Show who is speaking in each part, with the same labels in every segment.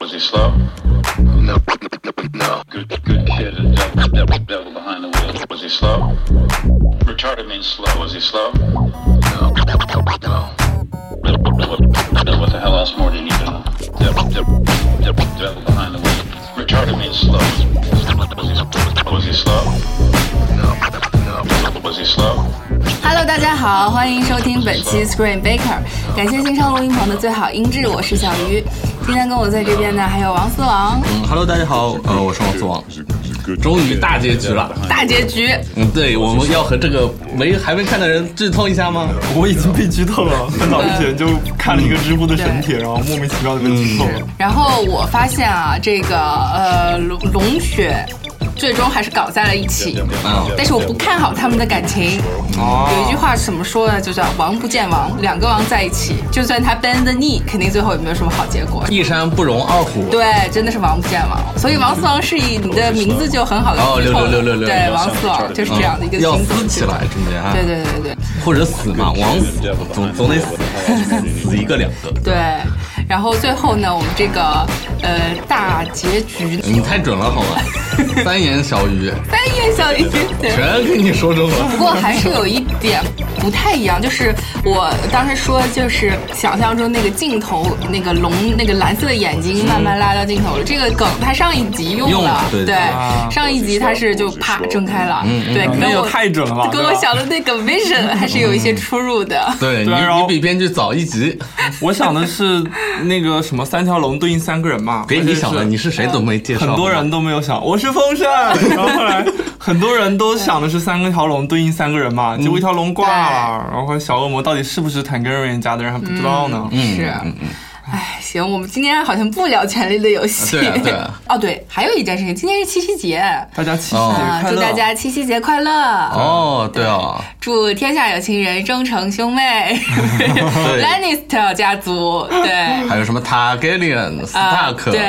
Speaker 1: Was he slow? No, no. Good, good kid. The devil, devil, devil behind the wheel. Was he slow? Retarded means slow. Was he slow? No, no, no. What the hell else more do you need to know? Devil, devil, devil, devil behind the wheel. Retarded means slow. Was he slow? No, no. Was he slow?
Speaker 2: Hello，大家好，欢迎收听本期 Screen Baker，感谢新上录音棚的最好音质，我是小鱼。今天跟我在这边的还有王思王，
Speaker 3: 嗯，Hello，大家好，呃，我是王思王，
Speaker 4: 终于大结局了。
Speaker 2: 大结局
Speaker 4: 嗯，对，我们要和这个没还没看的人剧透一下吗？
Speaker 5: 呃我已经被剧透了，很早之前就看了一个知乎的神帖，然后莫名其妙的被剧透了。
Speaker 2: 然后我发现啊，这个呃龙龙雪最终还是搞在了一起，
Speaker 4: 啊、
Speaker 2: 但是我不看好他们的感情。有一句话怎么说呢？就叫“王不见王”，两个王在一起，就算他 bend the knee，肯定最后也没有什么好结果。
Speaker 4: 一山不容二虎。
Speaker 2: 对，真的是王不见王，所以王思王是以你的名字就很好的
Speaker 4: 哦
Speaker 2: 剧透了
Speaker 4: 六六六六六
Speaker 2: 对，王思王就是这样的一个
Speaker 4: 嗯要
Speaker 2: 名字
Speaker 4: 撕起来，中间啊，
Speaker 2: 对对对对对。
Speaker 4: 或者死嘛，王死总总得死， 死一个两个。
Speaker 2: 对，然后最后呢，我们这个呃大结局，
Speaker 4: 你太准了好吗？三言小语
Speaker 2: 三叶小鱼，对。
Speaker 4: 全跟你说中
Speaker 2: 不
Speaker 4: 了。
Speaker 2: 过还是有一点不太一样，就是我当时说，就是想象中那个镜头，那个龙，那个蓝色的眼睛慢慢拉到镜头了。这个梗它上一集用了，
Speaker 4: 用了
Speaker 2: 对
Speaker 4: 对嗯
Speaker 2: 上一集它是就啪睁开了，对，
Speaker 5: 那
Speaker 2: 跟
Speaker 5: 也
Speaker 2: 我
Speaker 5: 太准
Speaker 4: 啊
Speaker 5: 了，
Speaker 2: 跟我 想的那个 vision 还是有一些出入的。
Speaker 4: 嗯对你，
Speaker 5: 对然后
Speaker 4: 你比编剧早一集，
Speaker 5: 我想的是那个什么三条龙对应三个人嘛，
Speaker 4: 给你想
Speaker 5: 的
Speaker 4: 的，你是谁都没介绍。
Speaker 5: 很多人都没有想，我是风扇。然后后来很多人都想的是三个条龙对应三个人嘛，结果一条龙挂了，然后小恶魔到底是不是坦格瑞人家的人还不知道
Speaker 4: 嗯
Speaker 5: 呢。
Speaker 2: 是，啊哎，行，我们今天好像不聊《权力的游戏》
Speaker 4: 啊对啊对啊
Speaker 2: 哦，对，还有一件事情，今天是七夕节
Speaker 5: 大家七夕
Speaker 4: 哦
Speaker 5: 节
Speaker 2: 啊，
Speaker 5: 快
Speaker 2: 祝
Speaker 5: 乐！
Speaker 2: 大家七夕节快乐！
Speaker 4: 哦，对啊，
Speaker 2: 祝天下有情人终成 兄妹，Lannister 家族对。
Speaker 4: 还有什么塔格里恩、斯
Speaker 2: 啊
Speaker 4: 塔，克，
Speaker 2: 对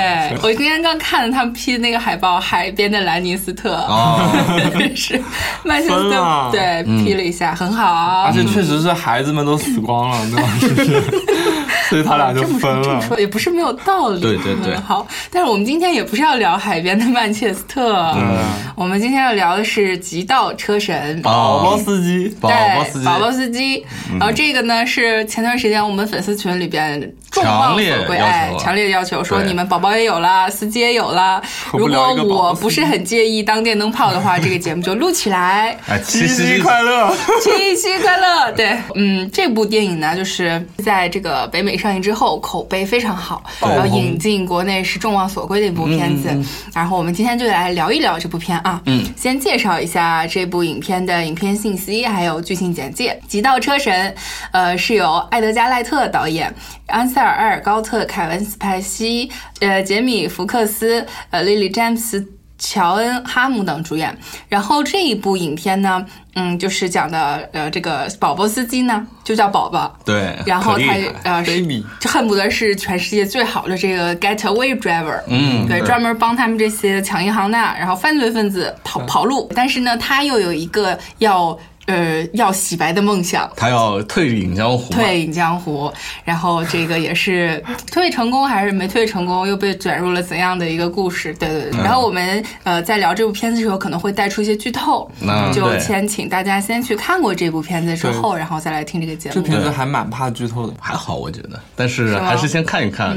Speaker 2: 我今天刚看了他们 P 的那个海报，《海边的兰尼斯特》
Speaker 4: 哦，
Speaker 2: 是曼彻斯
Speaker 5: 分
Speaker 2: 特
Speaker 5: 了
Speaker 2: 对 P 了一下，很好
Speaker 5: 而。且确实是孩子们都死光了，对吧？就是， 所以他俩就
Speaker 2: 这么
Speaker 5: 分
Speaker 2: 说这么
Speaker 5: 了。
Speaker 2: 说也不是没有道理。
Speaker 4: 对对对
Speaker 2: 嗯好，但是我们今天也不是要聊海边的曼彻斯特，
Speaker 4: 嗯
Speaker 2: 我们今天要聊的是《极道车神》。
Speaker 5: 宝啊宝
Speaker 4: 哦，
Speaker 5: 司机，
Speaker 4: 宝宝司
Speaker 2: 对，
Speaker 4: 机，
Speaker 2: 宝宝司机。
Speaker 4: 嗯
Speaker 2: 然后这个呢是前段时间我们粉丝群里边众望
Speaker 4: 强烈
Speaker 2: 所归，
Speaker 4: 要求
Speaker 2: 哎，
Speaker 4: 啊
Speaker 2: 强烈要求说
Speaker 4: 对
Speaker 2: 你们宝宝也有啦，司机也有啦。
Speaker 5: 可
Speaker 2: 如
Speaker 5: 不
Speaker 2: 果
Speaker 5: 聊一个宝
Speaker 2: 我
Speaker 5: 宝司机
Speaker 2: 不是很介意当电灯泡的话，这个节目就录起来。
Speaker 4: 哎，
Speaker 5: 七
Speaker 4: 七
Speaker 5: 夕快乐！
Speaker 2: 七夕快乐！对，嗯，这部电影呢，就是在这个北美上映之后，口碑非常好，然后引进国内是众望所归的一部片子。然后我们今天就来聊一聊这部片啊，嗯，先介绍一下这部影片的影片信息，还有剧情简介。《极道车神》呃是由艾德加·赖特导演，安塞尔·埃尔高特、凯文·斯派西、呃杰米·福克斯、呃莉莉·詹姆斯。乔恩·哈姆等主演。然后这一部影片呢，嗯，就是讲的呃，这个宝宝司机呢就叫宝宝，
Speaker 4: 对，
Speaker 2: 然后
Speaker 4: 啊可厉
Speaker 2: 他
Speaker 4: 害
Speaker 2: 呃是
Speaker 5: Baby
Speaker 2: 就恨不得是全世界最好的这个 getaway driver，
Speaker 4: 嗯
Speaker 2: 对，
Speaker 4: 对
Speaker 2: 专门帮他们这些抢银行的，然后犯罪分子跑
Speaker 4: 嗯
Speaker 2: 跑路，但是呢，他又有一个要呃要洗白的梦想。
Speaker 4: 他要退隐江湖嘛，
Speaker 2: 退隐江湖，然后这个也是退成功还是没退成功，又被卷入了怎样的一个故事？对对对。然后
Speaker 4: 嗯
Speaker 2: 我们呃在聊这部片子的时候，可能会带出一些剧透，
Speaker 4: 嗯
Speaker 2: 就
Speaker 4: 对
Speaker 2: 先请大家先去看过这部片子之后，然后再来听这个节
Speaker 5: 这
Speaker 2: 目。
Speaker 5: 片子还蛮怕剧透的。
Speaker 4: 还好我觉得，但是
Speaker 2: 是吗
Speaker 4: 还是先看一看，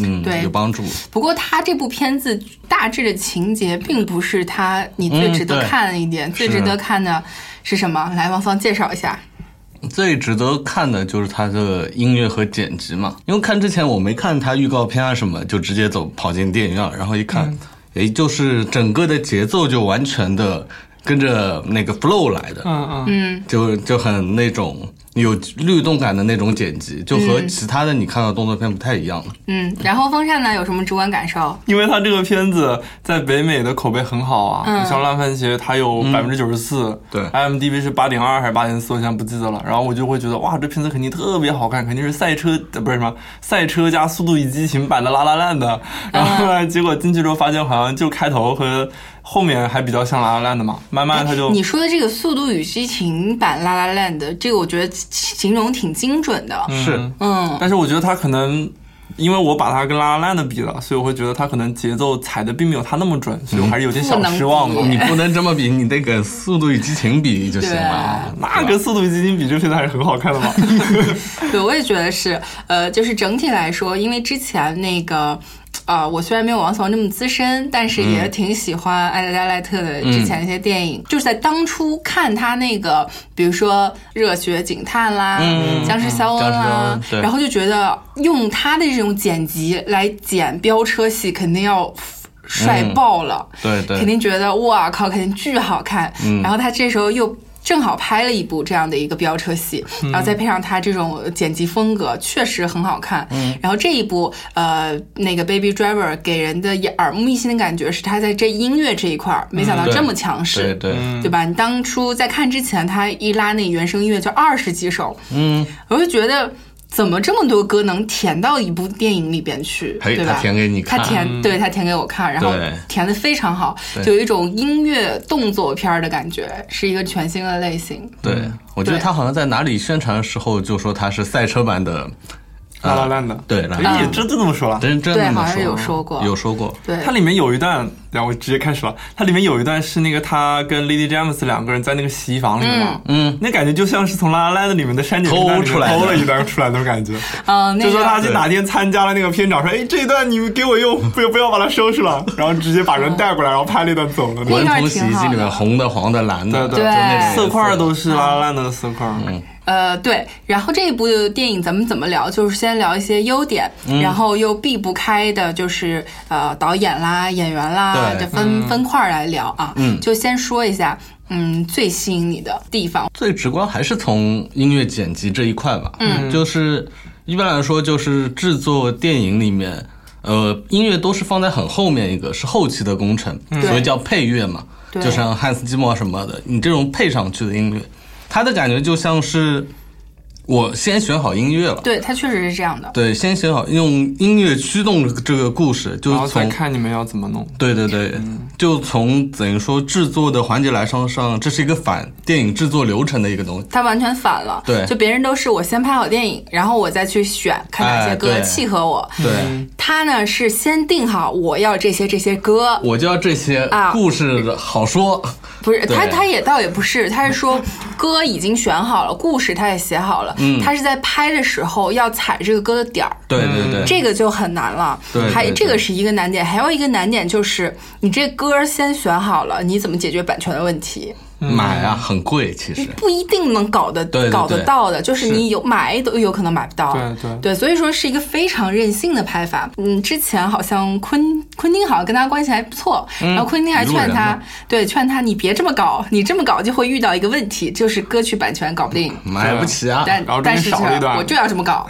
Speaker 4: 嗯，
Speaker 2: 对
Speaker 4: 有帮助。
Speaker 2: 不过它这部片子大致的情节并不是它你最
Speaker 4: 嗯
Speaker 2: 值得
Speaker 4: 对
Speaker 2: 看的一点，最
Speaker 4: 是
Speaker 2: 值得看的是什么？来，王芳介绍一下。
Speaker 4: 最值得看的就是他的音乐和剪辑嘛，因为看之前我没看他预告片啊什么，就直接走跑进电影院，然后一看，也就是整个的节奏就完全的跟着那个 flow 来的，
Speaker 5: 嗯嗯，
Speaker 4: 就就很那种有律动感的那种剪辑，就和其他的你看到动作片不太一样了。
Speaker 2: 嗯，然后风扇呢有什么直观感受？
Speaker 5: 因为它这个片子在北美的口碑很好啊，像烂番茄它有百分之九十四，
Speaker 4: 对
Speaker 5: ，IMDB 是八点二还是八点四，我现在不记得了。然后我就会觉得哇，这片子肯定特别好看，肯定是赛车呃不是什么赛车加速度与激情版的拉拉烂的。然后后来结果进去之后发现好像就开头和后面还比较像拉拉烂的嘛，慢慢它就
Speaker 2: 你说的这个《速度与激情》版《La La Land》，这个我觉得形容挺精准的。
Speaker 4: 是
Speaker 2: 嗯，
Speaker 5: 但是我觉得他可能因为我把它跟《拉拉烂》的比了，所以我会觉得它可能节奏踩的并没有它那么准，所以我还是有点小失望的。
Speaker 2: 不能比
Speaker 4: 嗯你不能这么比，你得跟《速度与激情》比就行了。
Speaker 5: 那跟《速度与激情》比，这片子还是很好看的嘛。
Speaker 4: 嗯
Speaker 2: 对，我也觉得是，呃，就是整体来说，因为之前那个。啊、我虽然没有王思王这么资深，但是也挺喜欢艾德加赖特的之前一些电影。就是在当初看他那个，比如说《热血警探》啦，
Speaker 4: 嗯
Speaker 2: 僵尸肖恩》
Speaker 4: 僵尸肖
Speaker 2: 啦
Speaker 4: 恩，对
Speaker 2: 然后就觉得用他的这种剪辑来剪飙车戏，肯定要帅爆了。
Speaker 4: 对
Speaker 2: 肯
Speaker 4: 嗯对，
Speaker 2: 定觉得哇靠，肯定巨好看。然后他这时候又正好拍了一部这样的一个飙车戏，
Speaker 4: 嗯
Speaker 2: 然后再配上他这种剪辑风格，确实很好看。
Speaker 4: 嗯
Speaker 2: 然后这一部呃，那个 Baby Driver 给人的耳目一新的感觉是他在这音乐这一块儿，没想到
Speaker 4: 嗯对
Speaker 2: 这么强势。
Speaker 4: 对对，
Speaker 5: 嗯
Speaker 2: 对吧？你当初在看之前，他一拉那原声音乐就二十几首，嗯，我就觉得怎么这么多歌能填到一部电影里边去，
Speaker 4: 嘿
Speaker 2: 对吧？
Speaker 4: 他填给你看嗯
Speaker 2: 他填对他填给我看，然后
Speaker 4: 对
Speaker 2: 填的非常好，
Speaker 4: 对
Speaker 2: 就有一种音乐动作片儿的感觉，是一个全新的类型。
Speaker 4: 对，我觉得
Speaker 2: 嗯对
Speaker 4: 他好像在哪里宣传的时候就说他是赛车版的，
Speaker 5: 拉拉烂的，
Speaker 4: 对拉拉
Speaker 5: 哎，
Speaker 4: 烂
Speaker 5: 也真就这么说了。
Speaker 4: 真真
Speaker 2: 啊对
Speaker 4: 那么
Speaker 2: 好像
Speaker 4: 说
Speaker 2: 有说过
Speaker 4: 有说过，
Speaker 2: 对，
Speaker 5: 它里面有一段，然后我直接开始了。它里面有一段是那个他跟 Lady James 两个人在那个洗衣房里面嘛，
Speaker 4: 嗯，
Speaker 5: 那感觉就像是从《拉拉烂》的里面的删减片段里面
Speaker 4: 偷出来的
Speaker 5: 偷了一段出来那种感觉。
Speaker 2: 嗯、那
Speaker 5: 就说他
Speaker 2: 个
Speaker 5: 去哪天参加了那个片长，说哎这一段你们给我用， 不要不要把它收 拾了，然后直接把人带过来，然后拍了一段走了。
Speaker 2: 嗯那
Speaker 4: 文
Speaker 2: 段
Speaker 4: 童洗衣机里
Speaker 2: 挺好
Speaker 4: 面
Speaker 2: 的
Speaker 4: 红的、黄的、蓝的，
Speaker 5: 对
Speaker 4: 就那个
Speaker 2: 对
Speaker 5: 色
Speaker 4: 颜
Speaker 5: 块儿都是拉拉烂的色块儿，
Speaker 2: 呃，对，然后这一部电影咱们怎么聊？就是先聊一些优点，
Speaker 4: 嗯
Speaker 2: 然后又避不开的就是呃导演啦、演员啦，
Speaker 4: 对嗯
Speaker 2: 这分、分块儿来聊啊。嗯，就先说一下，嗯，最吸引你的地方，
Speaker 4: 最直观还是从音乐剪辑这一块吧。嗯，就是一般来说，就是制作电影里面，呃，音乐都是放在很后面一个，是后期的工程，
Speaker 5: 嗯
Speaker 4: 所以叫配乐嘛。
Speaker 2: 对
Speaker 4: 就像汉斯季默什么的，你这种配上去的音乐，它的感觉就像是我先选好音乐了。
Speaker 2: 对，它确实是这样的。
Speaker 4: 对，先选好用音乐驱动这个故事，就
Speaker 5: 然后
Speaker 4: 是
Speaker 5: 再
Speaker 4: 从
Speaker 5: 看嗯你们要怎么弄。
Speaker 4: 对对对，就从等于说制作的环节来上上，这是一个反电影制作流程的一个东西。
Speaker 2: 它完全反了，
Speaker 4: 对
Speaker 2: 就别人都是我先拍好电影，然后我再去选看哪些
Speaker 4: 哎
Speaker 2: 歌
Speaker 4: 对
Speaker 2: 契合我。
Speaker 4: 对，
Speaker 5: 嗯
Speaker 2: 他呢是先定好我要这些这些歌，
Speaker 4: 我就要这些
Speaker 2: 啊
Speaker 4: 故事好说，
Speaker 2: 不是
Speaker 4: 对
Speaker 2: 他，他也倒也不是，他是说歌已经选好了，故事他也写好了，
Speaker 4: 嗯
Speaker 2: 他是在拍的时候要踩这个歌的点儿。
Speaker 4: 对对对，
Speaker 2: 这个就很难了，
Speaker 4: 对对
Speaker 2: 还
Speaker 4: 对
Speaker 2: 这个是一个难点，还有一个难点就是你这歌先选好了，你怎么解决版权的问题？
Speaker 4: 买啊很贵，其实
Speaker 5: 嗯
Speaker 2: 不一定能搞得
Speaker 4: 对对对
Speaker 2: 搞得到的，就是你有买都有可能买不到。
Speaker 5: 对对
Speaker 2: 所以说是一个非常任性的拍法。嗯，之前好像昆昆汀好像跟他关系还不错，然后昆汀还劝
Speaker 4: 嗯一路人
Speaker 2: 他
Speaker 4: 嘛，
Speaker 2: 对，劝他你别这么搞，你这么搞就会遇到一个问题，就是歌曲版权搞不定。
Speaker 4: 买不起啊。
Speaker 2: 但
Speaker 5: 然后中间
Speaker 2: 但是
Speaker 5: 少了一段嗯
Speaker 2: 我就要这么搞，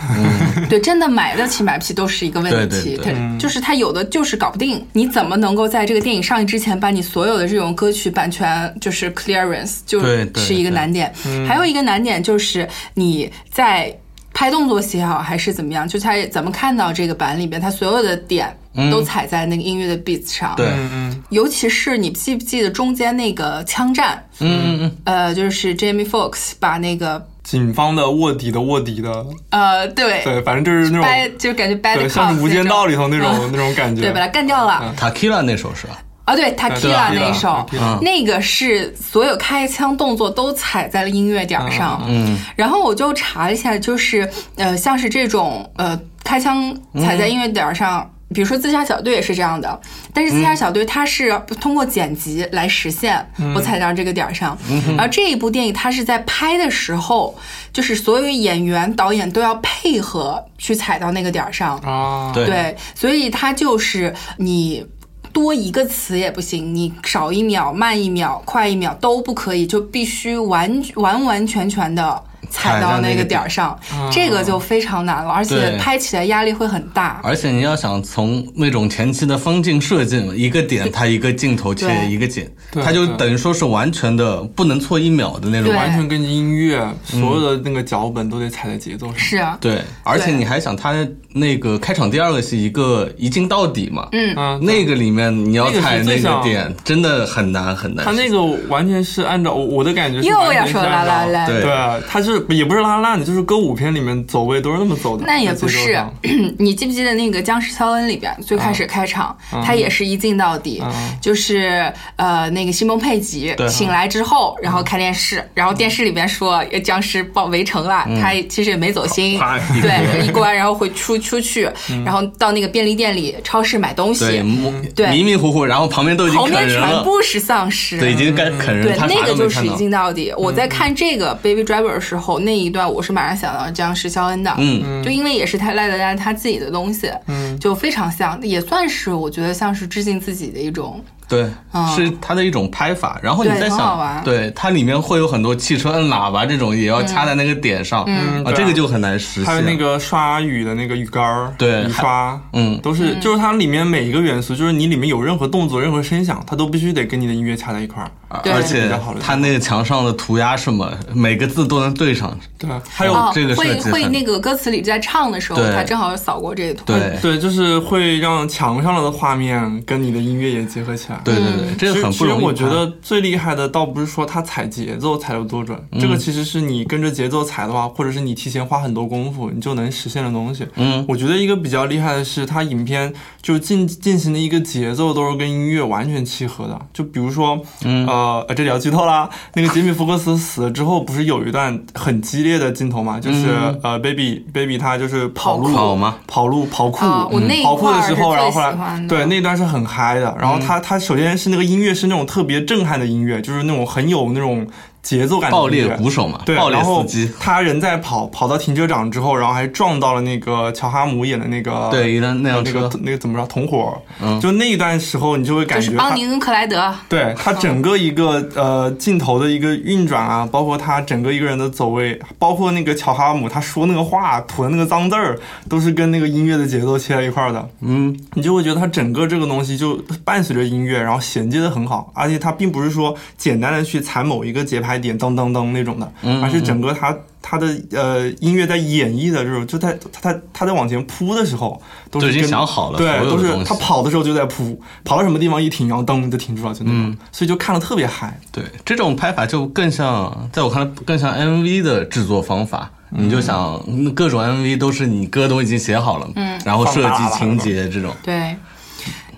Speaker 2: 对，真的买得起买不起都是一个问题，
Speaker 4: 对对对
Speaker 2: 它就是它有的就是搞不定，你怎么能够在这个电影上映之前把你所有的这种歌曲版权就是 clearance 就
Speaker 4: 对对
Speaker 2: 是一个难点，
Speaker 5: 嗯
Speaker 2: 还有一个难点就是你在。拍动作戏也好，还是怎么样？就它咱们看到这个版里边，它所有的点都踩在那个音乐的 beat 上。
Speaker 4: 嗯对，
Speaker 5: 嗯
Speaker 2: 尤其是你记不记得中间那个枪战？
Speaker 4: 嗯嗯嗯，
Speaker 2: 呃，就是 Jamie Foxx 把那个
Speaker 5: 警方的卧底的卧底的，
Speaker 2: 呃，对，
Speaker 5: 对，反正就是那
Speaker 2: 掰
Speaker 5: 种
Speaker 2: 就感觉掰的
Speaker 5: 对，像是《无间道》里头那 种那种感觉。
Speaker 2: 嗯
Speaker 5: 嗯
Speaker 2: 对，把它干掉了。
Speaker 4: 塔 q 拉那首是吧？
Speaker 2: 啊，对 t a k i l a
Speaker 5: 对
Speaker 2: 那一首
Speaker 5: Tequila，
Speaker 2: 那个是所有开枪动作都踩在了音乐点儿上。嗯，然后我就查了一下，就是呃，像是这种呃开枪踩在音乐点儿上。比如说自杀小队也是这样的，但是自杀小队它是通过剪辑来实现，我踩到这个点儿上。然后这一部电影它是在拍的时候，就是所有演员、导演都要配合去踩到那个点儿上。
Speaker 5: 啊，
Speaker 4: 对
Speaker 2: 对，所以它就是你。多一个词也不行，你少一秒、慢一秒、快一秒都不可以，就必须完完完全全的踩
Speaker 4: 踩
Speaker 2: 到
Speaker 4: 到那
Speaker 2: 那个
Speaker 4: 个
Speaker 2: 点儿啊上，这个就非常难了，而且
Speaker 4: 对
Speaker 2: 拍起来压力会很大。
Speaker 4: 而且你要想从那种前期的分镜设计嘛，一个点它一个镜头切
Speaker 2: 对
Speaker 4: 一个景，
Speaker 5: 对
Speaker 4: 它就
Speaker 5: 对
Speaker 4: 等于说是完全的不能错一秒的那种
Speaker 2: 对
Speaker 5: 完全跟音乐所有的那个脚本都得踩在节奏上。
Speaker 2: 是啊，
Speaker 4: 对，而且你还想他那个开场第二个是一个一镜到底嘛，嗯
Speaker 5: 嗯
Speaker 4: 那个里面你要
Speaker 5: 那个
Speaker 4: 踩那
Speaker 5: 是最像
Speaker 4: 个点真的很难很难。
Speaker 5: 他那个完全是按照我我的感觉是
Speaker 2: 又
Speaker 5: 完
Speaker 2: 要
Speaker 5: 全是
Speaker 2: 说
Speaker 5: 按照，
Speaker 2: 啦啦啦，
Speaker 4: 对
Speaker 5: 对，他是就是也不是拉拉烂的，就是歌舞片里面走位都是那么走的。
Speaker 2: 那也不
Speaker 5: 在节奏
Speaker 2: 是
Speaker 5: 上，
Speaker 2: 你记不记得那个《僵尸肖恩》里边最开
Speaker 4: 啊
Speaker 2: 始开场，
Speaker 4: 嗯
Speaker 2: 他也是一镜到底，就是呃那个西蒙佩吉
Speaker 5: 对
Speaker 2: 醒来之后，
Speaker 4: 嗯
Speaker 2: 然后看电视，然后电视里边说呃僵尸报围城了，
Speaker 4: 嗯
Speaker 2: 他其实也没走心
Speaker 5: 啪，
Speaker 2: 对，一关然后回出出去，然后到那个便利店里、超市买东
Speaker 4: 嗯对，
Speaker 2: 西，
Speaker 4: 模
Speaker 5: 嗯
Speaker 2: 对
Speaker 4: 迷迷糊糊，然后旁边都已经
Speaker 2: 旁
Speaker 4: 啃
Speaker 2: 边
Speaker 4: 人
Speaker 2: 全
Speaker 4: 了，
Speaker 2: 部是丧尸，
Speaker 4: 对，已经该啃人
Speaker 2: 对
Speaker 4: 了，，他
Speaker 2: 那
Speaker 4: 啥
Speaker 2: 个
Speaker 4: 都
Speaker 2: 就
Speaker 4: 没
Speaker 2: 是
Speaker 4: 看
Speaker 2: 一
Speaker 4: 到。嗯
Speaker 2: 镜到底。我在看这个《Baby Driver》的时候，那一段我是马上想到僵尸肖恩的，嗯，就因为也是他赖德加他自己的东西，嗯，就非常像，也算是我觉得像是致敬自己的一种，
Speaker 4: 对
Speaker 2: 嗯，
Speaker 4: 是它的一种拍法。然后你
Speaker 2: 对
Speaker 4: 在
Speaker 2: 很好玩嗯
Speaker 4: 想，对它里面会有很多汽车摁喇叭这种，也要掐在那个点上啊，
Speaker 5: 对啊
Speaker 4: 这个就很难实现。
Speaker 5: 还有那个刷雨的那个雨杆儿，
Speaker 4: 对
Speaker 5: 雨刷，
Speaker 4: 嗯
Speaker 5: 都是就是它里面每一个元素，就是你里面有任何动作、任何声响，它都必须得跟你的音乐掐在一块儿。
Speaker 2: 对
Speaker 4: 而且
Speaker 5: 比较好的地方
Speaker 4: 它那个墙上的涂鸦什么，每个字都能对上。
Speaker 5: 对，啊还有、
Speaker 2: 哦
Speaker 4: 这个，设
Speaker 2: 会
Speaker 4: 计很
Speaker 2: 会那个歌词里在唱的时候，
Speaker 4: 对
Speaker 2: 他正好扫过这一图，
Speaker 4: 对，
Speaker 5: 对，就是会让墙上的画面跟你的音乐也结合起来。
Speaker 4: 对对
Speaker 2: 嗯
Speaker 4: 对，
Speaker 5: 其
Speaker 4: 这个
Speaker 5: 实，
Speaker 4: 很
Speaker 5: 其
Speaker 4: 不
Speaker 5: 实
Speaker 4: 容易。
Speaker 5: 我觉，得最厉害的倒不是说他踩节奏踩得有多准，
Speaker 4: 嗯
Speaker 5: 这个其实是你跟着节奏踩的话，或者是你提前花很多功夫，你就能实现的东西。
Speaker 4: 嗯，
Speaker 5: 我觉得一个比较厉害的是，它影片就进进行的一个节奏都是跟音乐完全契合的。就比如说，
Speaker 4: 嗯
Speaker 5: 呃，呃这里要剧透啦。那个杰米·福克斯死了之后，不是有一段很激烈的镜头嘛？就是、呃，baby baby 他就是跑路
Speaker 4: 嗯跑吗
Speaker 5: 跑路跑酷，嗯
Speaker 2: 啊我那一
Speaker 5: 跑酷
Speaker 2: 块
Speaker 5: 的
Speaker 2: 儿
Speaker 5: 时
Speaker 2: 是
Speaker 5: 候，然
Speaker 2: 最
Speaker 5: 后后
Speaker 2: 喜
Speaker 5: 来
Speaker 2: 欢的
Speaker 5: 对
Speaker 4: 嗯
Speaker 5: 那段是很嗨的。然后他他首先是那个音乐是那种特别震撼的音乐，就是那种很有那种节奏感的音乐，
Speaker 4: 爆裂鼓手嘛，
Speaker 5: 对，
Speaker 4: 爆裂
Speaker 5: 然后
Speaker 4: 司机，
Speaker 5: 他人在跑，跑到停车场之后，然后还撞到了那个乔哈姆演的那个
Speaker 4: 对一辆那辆
Speaker 5: 那个
Speaker 4: 车嗯
Speaker 5: 那个怎么着同伙，就那一段时候你就会
Speaker 2: 就
Speaker 5: 感
Speaker 2: 是
Speaker 5: 觉
Speaker 2: 邦
Speaker 5: 他。
Speaker 2: 尼跟克莱德，
Speaker 5: 对他整个一个呃镜头的一个运转啊， 包括他整个一个人的走位，包括那个乔哈姆他说那个话吐的那个脏字儿，都是跟那个音乐的节奏切在一块儿的。
Speaker 4: 嗯，
Speaker 5: 你就会觉得它整个这个东西就伴随着音乐，然后衔接的很好，而且它并不是说简单的去踩某一个节拍点噔噔噔那种的，
Speaker 4: 嗯
Speaker 5: 而是整个它它的呃音乐在演绎的这种，就在它它它在往前扑的时候，都是
Speaker 4: 就已经
Speaker 5: 跟
Speaker 4: 想好了
Speaker 5: 对，
Speaker 4: 所有的
Speaker 5: 都是
Speaker 4: 东西
Speaker 5: 它跑的时候就在扑，跑到什么地方一停，然后噔就停住了，就那种，
Speaker 4: 嗯
Speaker 5: 所以就看的特别嗨。
Speaker 4: 对，这种拍法就更像，在我看来更像 MV 的制作方法。你就想嗯各种 MV 都是你歌都已经写好了，嗯，然后设
Speaker 5: 放大
Speaker 4: 计
Speaker 5: 了
Speaker 4: 情节这种，
Speaker 2: 对，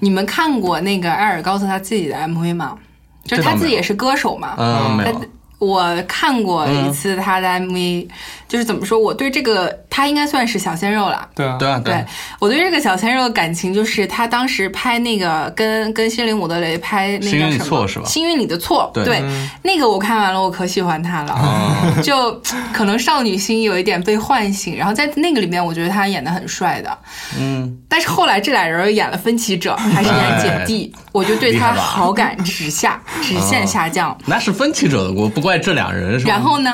Speaker 2: 你们看过那个埃尔高特他自己的 MV 吗？就是
Speaker 4: 这倒
Speaker 2: 他自己
Speaker 4: 没有
Speaker 2: 也是歌手嘛，
Speaker 4: 嗯，没有嗯
Speaker 2: 但，呃我看过一次他的 MV，、就是怎么说，我对这个他应该算是小鲜肉了。
Speaker 5: 对啊，
Speaker 4: 对啊，
Speaker 2: 对
Speaker 4: 啊，
Speaker 2: 我对这个小鲜肉的感情，就是他当时拍那个跟跟心灵伍德雷拍那
Speaker 4: 幸运
Speaker 2: 个
Speaker 4: 里
Speaker 2: 什么《
Speaker 4: 错是吧
Speaker 2: 幸运里的错》
Speaker 4: 对哦
Speaker 2: 那个我看完了，我可喜欢他了， 就可能少女心有一点被唤醒。然后在那个里面，我觉得他演的很帅的，嗯。但是后来这俩人演了分歧者，还是演姐
Speaker 4: 哎
Speaker 2: 弟，我就对
Speaker 4: 厉害
Speaker 2: 他
Speaker 4: 吧
Speaker 2: 好感直下直线下降。
Speaker 4: 那是分歧者的锅，不怪这俩人是吧？
Speaker 2: 然后呢，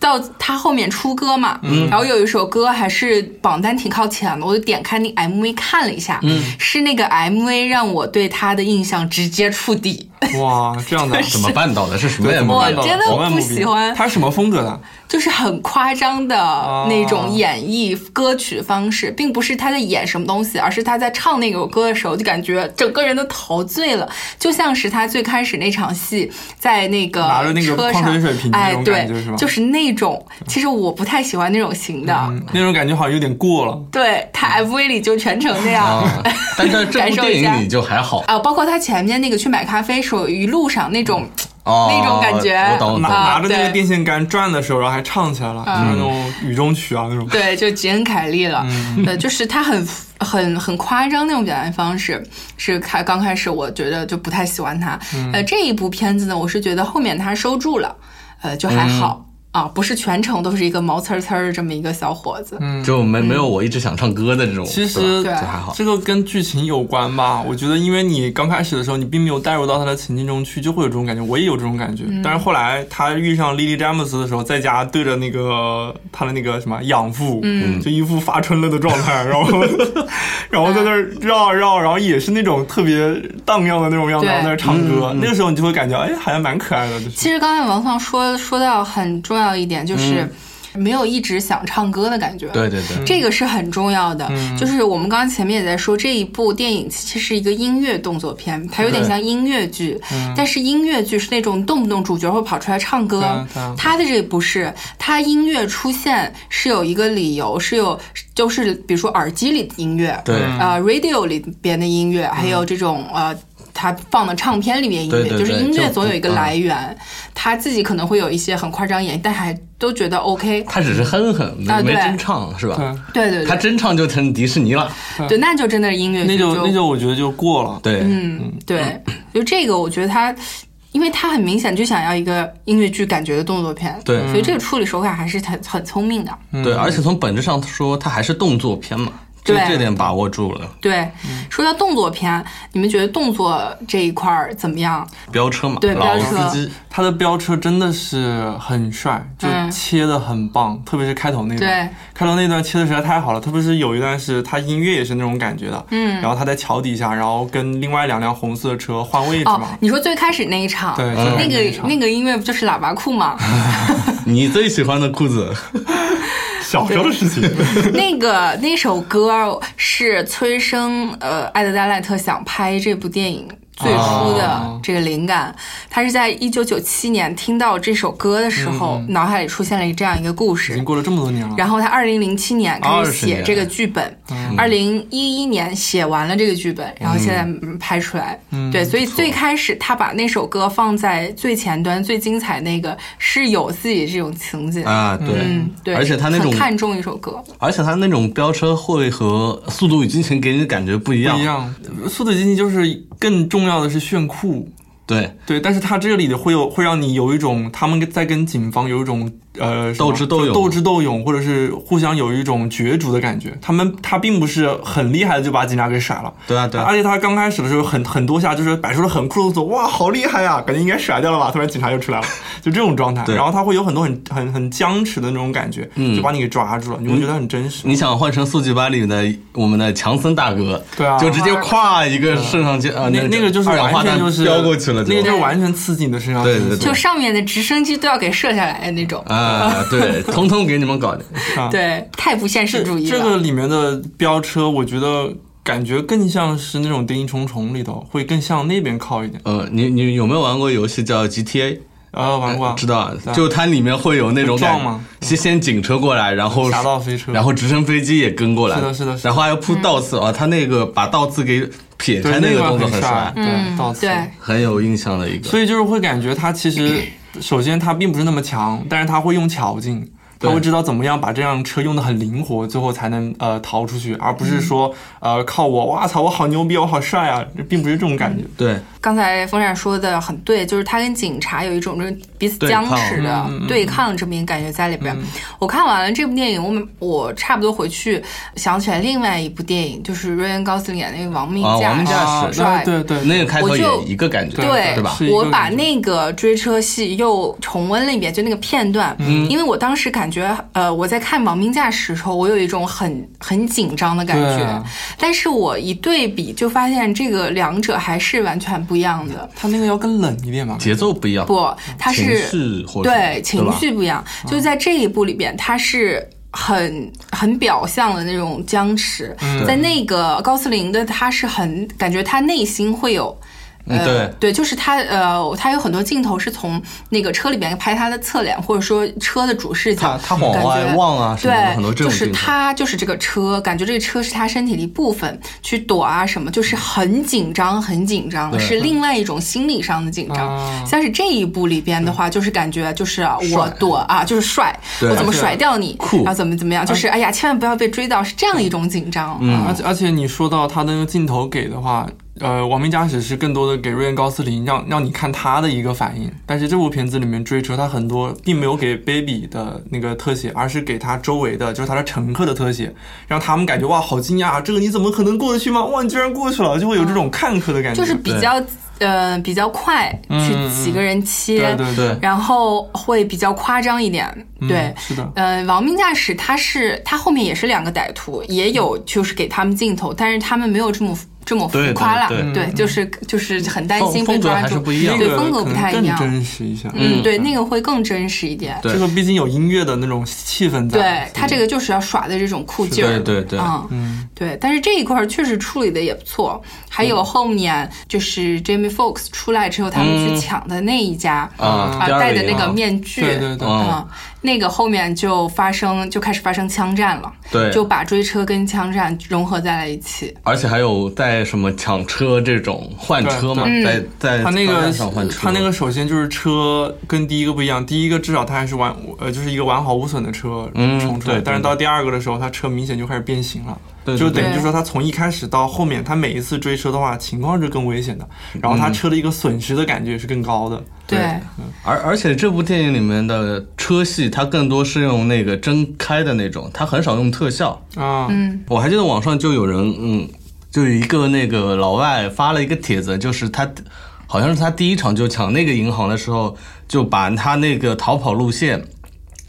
Speaker 2: 到他后面出歌嘛，
Speaker 5: 嗯
Speaker 2: 然后有一首歌还是榜单挺靠前的，我就点开那 MV 看了一下，
Speaker 5: 嗯
Speaker 2: 是那个 MV 让我对他的印象直接触底，
Speaker 5: 哇，这样的。啊
Speaker 4: 怎么办到的？ 是什么
Speaker 5: 对
Speaker 4: 也
Speaker 5: 怎
Speaker 4: 没
Speaker 5: 么
Speaker 4: 办
Speaker 5: 办到
Speaker 4: 到
Speaker 2: 我真的
Speaker 5: 我万
Speaker 2: 不
Speaker 5: 不
Speaker 2: 喜
Speaker 5: 必
Speaker 2: 欢
Speaker 5: 它是什么风格的？
Speaker 2: 就是很夸张的
Speaker 5: 啊
Speaker 2: 那种演绎歌曲方式，并不是他在演什么东西，而是他在唱那首歌的时候，就感觉整个人都陶醉了，就像是他最开始那场戏在那个
Speaker 5: 拿着那个
Speaker 2: 车
Speaker 5: 矿泉
Speaker 2: 上
Speaker 5: 水瓶，那
Speaker 2: 哎，
Speaker 5: 种
Speaker 2: 对
Speaker 5: 感觉是吧，
Speaker 2: 就是那种，其实我不太喜欢那种型的，
Speaker 5: 嗯，那种感觉好像有点过了。
Speaker 4: 哦
Speaker 2: 对他 MV 里就全程那样。
Speaker 4: 啊？但在 这
Speaker 2: 感
Speaker 4: 部
Speaker 2: 受
Speaker 4: 电
Speaker 2: 一下
Speaker 4: 影里就还好
Speaker 2: 啊，包括他前面那个去买咖啡时候，一路上那种，
Speaker 4: 哦，
Speaker 2: 那种感觉
Speaker 4: 我懂我
Speaker 5: 拿
Speaker 4: 懂。
Speaker 2: 啊
Speaker 5: 拿着那个
Speaker 2: 对啊
Speaker 5: 电线杆转的时候，然后还唱起来了，就是那种雨中曲啊那种。
Speaker 2: 对，就吉恩凯利了，对，就是他很很很夸张那种表现方式，是开刚开始我觉得就不太喜欢他，呃，这一部片子呢，我是觉得后面他收住了，呃，就还好。啊，不是全程都是一个毛刺儿刺儿的这么一个小伙子，
Speaker 4: 就没没有我一直想唱歌的这种，
Speaker 5: 其
Speaker 4: 对
Speaker 5: 实
Speaker 4: 吧
Speaker 2: 嗯对
Speaker 4: 就还好。
Speaker 5: 这个跟剧情有关吧，我觉得，因为你刚开始的时候，你并没有带入到他的情境中去，就会有这种感觉。我也有这种感觉，但是后来他遇上莉莉詹姆斯的时候，在家对着那个他的那个什么养父，就一副发春了的状 态，然后然后在那儿绕啊绕，然后也是那种特别荡漾的那种样子，
Speaker 2: 对
Speaker 5: 然后在那儿唱歌。那个时候你就会感觉，哎，好像蛮可爱的，就是
Speaker 2: 其实刚才王丧说说到很重要一点，就是没有一直想唱歌的感觉。
Speaker 4: 对对对，
Speaker 2: 这个是很重要的，
Speaker 4: 嗯
Speaker 2: 就是我们刚刚前面也在说，这一部电影其实是一个音乐动作片，它有点像音乐剧，
Speaker 4: 嗯
Speaker 2: 但是音乐剧是那种动不动主角会跑出来唱
Speaker 5: 对
Speaker 2: 歌
Speaker 4: 嗯
Speaker 5: 啊对啊，
Speaker 2: 它的这不是，它音乐出现是有一个理由，是有就是比如说耳机里的音乐，
Speaker 4: 对
Speaker 2: 呃 radio 里边的音乐，还有这种呃。他放的唱片里面音乐，
Speaker 4: 对对
Speaker 2: 就是
Speaker 4: 对
Speaker 2: 音乐
Speaker 4: 就
Speaker 2: 总有一个
Speaker 4: 嗯
Speaker 2: 来源，他自己可能会有一些很夸张演绎，但还都觉得 OK。
Speaker 4: 他只是哼哼，没
Speaker 2: 啊对嗯
Speaker 4: 没真唱是吧？
Speaker 2: 对对对，
Speaker 4: 他真唱就成迪士尼了。
Speaker 2: 对，那就真的是音乐剧
Speaker 5: 那就那就我觉得就过了。
Speaker 4: 对，
Speaker 2: 嗯，对，就这个我觉得他，因为他很明显就想要一个音乐剧感觉的动作片，
Speaker 4: 对
Speaker 2: 所以这个处理手法还是很很聪明的。
Speaker 4: 对，
Speaker 5: 嗯
Speaker 4: 而且从本质上说，它还是动作片嘛，这
Speaker 2: 对
Speaker 4: 这点把握住了。
Speaker 2: 对，说到动作片，你们觉得动作这一块儿怎么样？
Speaker 4: 飙车嘛，
Speaker 2: 对
Speaker 4: 老
Speaker 2: 飙车
Speaker 5: 啊
Speaker 4: 司机，
Speaker 5: 他的飙车真的是很帅，就
Speaker 2: 嗯
Speaker 5: 切的很棒，特别是开头那段
Speaker 2: 对，
Speaker 5: 开头那段切的实在太好了，特别是有一段是他音乐也是那种感觉的，嗯，然后他在桥底下，然后跟另外两辆红色车换位置
Speaker 2: 哦
Speaker 5: 嘛，，
Speaker 2: 你说最开始那一场，
Speaker 5: 对，
Speaker 2: 那
Speaker 5: 就
Speaker 4: 嗯
Speaker 2: 个那个音乐不就是喇叭裤吗？
Speaker 4: 你最喜欢的裤子，
Speaker 5: 小时候的事 情，
Speaker 2: 那个那首歌是催生呃艾德加赖特想拍这部电影最初
Speaker 4: 哦
Speaker 2: 的这个灵感，他是在一九九七年听到这首歌的时候，
Speaker 4: 嗯
Speaker 2: 脑海里出现了这样一个故
Speaker 5: 已
Speaker 2: 事
Speaker 5: 经。过了这么多年了，
Speaker 2: 然后他二零零七年开始
Speaker 4: 20
Speaker 2: 写
Speaker 4: 年嗯
Speaker 2: 这个剧本，二零一一年写完了这个剧本，然后现在嗯拍出来。对，所以最开始他把那首歌放在最前端、最精彩那个是有自己这种情节。
Speaker 4: 啊，对，
Speaker 2: 嗯，对，
Speaker 4: 而且他那
Speaker 2: 很
Speaker 4: 种，
Speaker 2: 看重一首歌，
Speaker 4: 而且他那种飙车会和《速度与激情》给你的感觉不一样，
Speaker 5: 不一样，速度与激情就是更重要的是炫酷，
Speaker 4: 对，
Speaker 5: 对，但是他这里的会有会让你有一种他们在跟警方有一种呃什么
Speaker 4: 斗智斗勇
Speaker 5: 斗智斗勇，或者是互相有一种角逐的感觉。他们他并不是很厉害的就把警察给甩了，
Speaker 4: 对啊，对啊
Speaker 5: 而，且他刚开始的时候很很多下就是摆出了很酷的动作，哇，好厉害啊呀，感觉应该甩掉了吧，突然警察又出来了， 就这种状态。
Speaker 4: 对嗯
Speaker 5: 然后他会有很多很很很僵持的那种感觉，就把你给抓住了，你会觉得很真实。
Speaker 4: 你想换成《速记八》里的我们的强森大哥，
Speaker 5: 对啊
Speaker 4: 就直接咵一个升上去啊，
Speaker 5: 那那个就是
Speaker 4: 二氧
Speaker 5: 完
Speaker 4: 化
Speaker 5: 全
Speaker 4: 碳
Speaker 5: 就是
Speaker 4: 飙过去了，
Speaker 5: 那个就是完全刺激你的身上
Speaker 4: 对
Speaker 5: 激素。
Speaker 4: 对对
Speaker 2: 就上面的直升机都要给射下来的那种，
Speaker 4: 啊，对，通通给你们搞定，
Speaker 2: 对，太不现实主义了。
Speaker 5: 这个里面的飙车，我觉得感觉更像是那种《谍影重重》里头，会更向那边靠一点。
Speaker 4: 呃，你你有没有玩过游戏叫 GTA？
Speaker 5: 啊，玩过啊，
Speaker 4: 知道啊
Speaker 5: 对，啊
Speaker 4: 就它里面会有那种
Speaker 5: 撞
Speaker 4: 感
Speaker 5: 吗
Speaker 4: 觉，先先警车过来，然后
Speaker 5: 侠盗飞车
Speaker 4: 然后直升飞机也跟过来，
Speaker 5: 是的是的是的
Speaker 4: 然后还要铺倒刺啊，他那个把倒刺给撇
Speaker 5: 对
Speaker 4: 开那个
Speaker 5: 段
Speaker 4: 动作很
Speaker 5: 帅
Speaker 4: 帅，，
Speaker 5: 对，到此。
Speaker 2: 嗯对
Speaker 4: 很有印象的一个。
Speaker 5: 所以就是会感觉他其实，首先他并不是那么强，但是他会用巧劲，他
Speaker 4: 对
Speaker 5: 会知道怎么样把这辆车用的很灵活，最后才能呃逃出去，而不是说
Speaker 2: 嗯
Speaker 5: 呃靠我，哇操，我好牛逼，我好帅啊，并不是这种感觉。
Speaker 4: 对，
Speaker 2: 刚才风扇说的很对，就是他跟警察有一种这种彼此
Speaker 4: 对
Speaker 2: 僵
Speaker 4: 抗
Speaker 2: 持的
Speaker 5: 嗯嗯嗯
Speaker 2: 对抗这么一个感觉在里边。我看完了这部电影，我们我差不多回去想起来另外一部电影，就是瑞恩高斯林演那个《亡命
Speaker 4: 啊
Speaker 2: 驾
Speaker 4: 亡
Speaker 2: 驶
Speaker 4: 命》驾驶
Speaker 2: 嗯帅。
Speaker 5: 对对，
Speaker 4: 那个开头
Speaker 2: 我就
Speaker 4: 也一个感觉，
Speaker 2: 对，
Speaker 4: 对吧？
Speaker 5: 是一个
Speaker 2: 我把
Speaker 5: 感觉
Speaker 2: 那个追车戏又重温了一遍，就那个片段，
Speaker 5: 嗯
Speaker 2: 因为我当时感觉，呃，我在看《亡命驾驶》的时候，我有一种很很紧张的感
Speaker 5: 对
Speaker 2: 觉
Speaker 5: 啊，
Speaker 2: 但是我一对比，就发现这个两者还是完全不一样的。
Speaker 5: 他那个要更冷一点嘛。
Speaker 4: 节奏不一样，
Speaker 2: 不，它
Speaker 4: 情
Speaker 2: 是
Speaker 4: 绪或者
Speaker 2: 对情
Speaker 4: 吧嗯
Speaker 2: 绪不一样，就在这一部里边，它是。很很表象的那种僵持，
Speaker 4: 嗯
Speaker 2: 在那个高斯林的他是很感觉他内心会有，
Speaker 4: 嗯
Speaker 2: 呃、
Speaker 4: 对
Speaker 2: 就是他呃，他有很多镜头是从那个车里边拍他的侧脸，或者说车的主视角，
Speaker 4: 他他往
Speaker 2: 感觉
Speaker 4: 外望啊什么的，很多
Speaker 2: 对，就
Speaker 4: 这种
Speaker 2: 是
Speaker 4: 镜头。
Speaker 2: 他就是这个车，感觉这个车是他身体的一部分，去躲啊什么，就是很紧张，很紧张，
Speaker 4: 对
Speaker 2: 是另外一种心理上的紧
Speaker 5: 啊
Speaker 2: 张。像是这一部里边的话，就是感觉就是啊我
Speaker 5: 帅
Speaker 2: 躲啊，就是帅，
Speaker 4: 对
Speaker 2: 我怎么
Speaker 5: 而且
Speaker 2: 甩掉你，
Speaker 4: 酷
Speaker 2: 然后怎么怎么样，就是哎呀，千万不要被追到，是这样一种紧张。啊
Speaker 5: 而且而且你说到他的那个镜头给的话，呃，《亡命驾驶》是更多的给瑞恩·高斯林让让你看他的一个反应，但是这部片子里面追车，他很多并没有给 Baby 的那个特写，而是给他周围的就是他的乘客的特写，让他们感觉哇好惊讶，啊这个你怎么可能过得去吗？哇你居然过去了，就会有这种看客的感觉，
Speaker 2: 嗯就是比较呃比较快去几个人切，
Speaker 5: 对对对，
Speaker 2: 然后会比较夸张一点，对，
Speaker 5: 是的
Speaker 2: 呃，亡命驾驶他是他后面也是两个歹徒，也有就是给他们镜头，但是他们没有这么这么浮
Speaker 4: 对
Speaker 2: 夸了
Speaker 4: 对，对
Speaker 2: 对，就是就是很担心被
Speaker 4: 风风格
Speaker 2: 抓
Speaker 4: 还是
Speaker 2: 住，
Speaker 4: 不一样
Speaker 2: 对
Speaker 5: 那个
Speaker 2: 风格
Speaker 5: 可
Speaker 2: 不
Speaker 5: 能
Speaker 2: 太一
Speaker 5: 更
Speaker 2: 样，
Speaker 5: 真实一下。
Speaker 2: 嗯，对，那个会更真实一点，
Speaker 4: 对
Speaker 5: 这个毕竟有音乐的那种气氛在。
Speaker 2: 对他这个就是要耍的这种酷劲儿，
Speaker 4: 嗯对对对
Speaker 2: 嗯对。但是这一块儿确实处理的也不错，还有后面就是 Jamie Fox 出来之后，他们去抢的那一家
Speaker 4: 啊
Speaker 2: 啊，
Speaker 4: 第二
Speaker 2: 戴
Speaker 4: 个
Speaker 2: 的那
Speaker 4: 银
Speaker 2: 个
Speaker 4: 行
Speaker 2: 面具，
Speaker 5: 对对对
Speaker 2: 嗯，那个后面就发生就开始发生枪战了，
Speaker 4: 对
Speaker 2: 就把追车跟枪战融合在了一起，
Speaker 4: 而且还有在什么抢车这种换车嘛
Speaker 5: 对，
Speaker 4: 在在
Speaker 5: 他那
Speaker 4: 车
Speaker 5: 个
Speaker 4: 站上换车，
Speaker 5: 他那个首先就是车跟第一个不一样，第一个至少它还是完呃就是一个完好无损的车
Speaker 4: 嗯
Speaker 5: 冲出来，
Speaker 4: 对对
Speaker 5: 但是到第二个的时候，它车明显就开始变形了。
Speaker 4: 对对
Speaker 5: 就等于
Speaker 2: 对
Speaker 5: 就说，它从一开始到后面，它每一次追车的话，情况是更危险的，然
Speaker 4: 嗯
Speaker 5: 后它车的一个损失的感觉是更高的。
Speaker 2: 对
Speaker 4: 而而且这部电影里面的车戏，它更多是用那个真开的那种，它很少用特效。
Speaker 5: 啊，
Speaker 2: 嗯
Speaker 4: 我还记得网上就有人，嗯，就有一个那个老外发了一个帖子，就是他好像是他第一场就抢那个银行的时候，就把他那个逃跑路线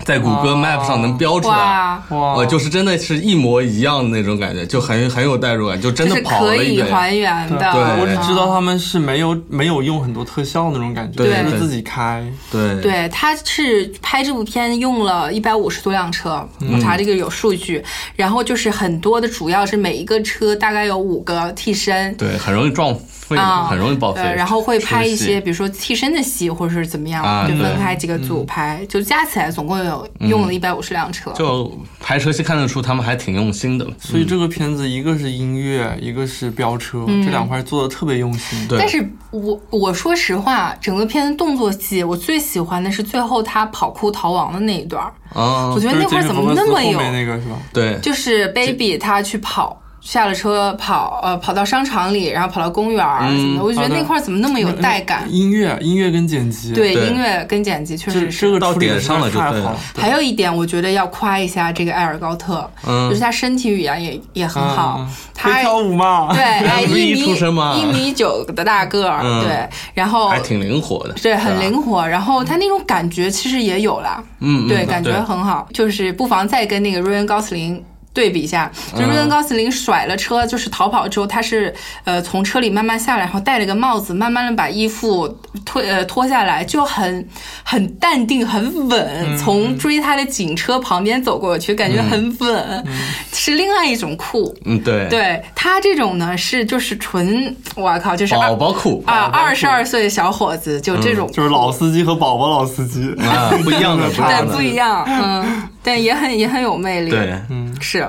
Speaker 4: 在谷歌 Map 上能标出来
Speaker 2: 哦哇。
Speaker 5: 哇
Speaker 4: 呃，就是真的是一模一样的那种感觉，就很很有代入感，就真
Speaker 2: 就
Speaker 4: 的
Speaker 2: 是
Speaker 4: 跑
Speaker 2: 可
Speaker 4: 了一
Speaker 2: 以
Speaker 4: 遍。
Speaker 2: 还原的，
Speaker 4: 对
Speaker 5: 我只
Speaker 2: 嗯
Speaker 5: 知道他们是没有没有用很多特效那种感觉，
Speaker 4: 对
Speaker 5: 就
Speaker 4: 对
Speaker 5: 是自己开。
Speaker 4: 对
Speaker 2: 对，他是拍这部片用了一百五十多辆车，
Speaker 4: 嗯
Speaker 2: 我查这个有数据。然后就是很多的，主要是每一个车大概有五个替身。
Speaker 4: 对很容易撞飞，
Speaker 2: 啊，
Speaker 4: 很容易报废
Speaker 2: 呃。然后会拍一
Speaker 4: 出
Speaker 2: 些，
Speaker 4: 戏
Speaker 2: 比如说替身的戏，或者是怎么样，
Speaker 4: 啊
Speaker 2: 就
Speaker 4: 对嗯
Speaker 2: 分开几个组拍，就加起来总共有用了一百五十辆车。
Speaker 4: 就排车戏看得出他们还挺用心的。
Speaker 5: 所以这个片子一个是音乐，一个是飙车，
Speaker 2: 嗯
Speaker 5: 这两块做的特别用心。
Speaker 4: 对
Speaker 2: 但是我我说实话，整个片的动作戏，我最喜欢的是最后他跑酷逃亡的那一段儿，
Speaker 4: 啊
Speaker 2: 我，觉得
Speaker 5: 嗯就是
Speaker 2: 那块儿
Speaker 5: Jennifer
Speaker 2: 怎么那么
Speaker 5: Lawrence
Speaker 2: 有
Speaker 5: 后面那个是吧？
Speaker 4: 对，
Speaker 2: 就是 baby 他去跑。下了车跑，呃，跑到商场里，然后跑到公园儿什么的，我就觉得
Speaker 5: 嗯好的
Speaker 2: 那块儿怎么那么有带感？
Speaker 5: 音乐，音乐跟剪辑，
Speaker 2: 对，
Speaker 4: 对
Speaker 2: 音乐跟剪辑确
Speaker 5: 这
Speaker 2: 实
Speaker 5: 这
Speaker 2: 是。
Speaker 5: 个
Speaker 4: 到
Speaker 5: 处理
Speaker 4: 点
Speaker 5: 得实
Speaker 4: 上了
Speaker 5: 在
Speaker 4: 就
Speaker 5: 太
Speaker 4: 对
Speaker 5: 好
Speaker 4: 了
Speaker 5: 了。
Speaker 2: 还有一点，我觉得要夸一下这个艾尔高特，
Speaker 4: 嗯
Speaker 2: 就是他身体语言也也很好，
Speaker 5: 嗯会
Speaker 2: 他
Speaker 5: 跳舞嘛？
Speaker 2: 对，哎，
Speaker 4: 不是
Speaker 2: 一
Speaker 4: 一出
Speaker 2: 米
Speaker 4: 身吗
Speaker 2: 一米九的大个儿，
Speaker 4: 嗯
Speaker 2: 对，然后
Speaker 5: 哎
Speaker 4: 还挺灵活的。
Speaker 2: 对，很
Speaker 4: 吧
Speaker 2: 灵活。然后他那种感觉其实也有啦，
Speaker 4: 嗯嗯
Speaker 2: 对，感觉
Speaker 4: 对
Speaker 2: 很好。就是不妨再跟那个瑞恩高斯林。对比一下，
Speaker 4: 嗯
Speaker 2: 就瑞恩高斯林甩了车，就是逃跑之后，他是呃从车里慢慢下来，然后戴了个帽子，慢慢的把衣服脱呃脱下来，就很很淡定，很
Speaker 4: 嗯
Speaker 2: 稳。从追他的警车旁边走过去，感觉很稳，是另外一种酷。
Speaker 4: 嗯，对，
Speaker 2: 对他这种呢，是就是纯，我靠，就是二
Speaker 4: 宝宝裤
Speaker 2: 啊，二十二岁的小伙子就这种，
Speaker 5: 就是老司机和宝宝老司机。
Speaker 4: 啊，不一样的，不一 样
Speaker 2: 对不
Speaker 4: 的，
Speaker 2: 一 样，嗯，但也很也很有魅力，嗯
Speaker 4: 对，
Speaker 5: 嗯
Speaker 2: 是。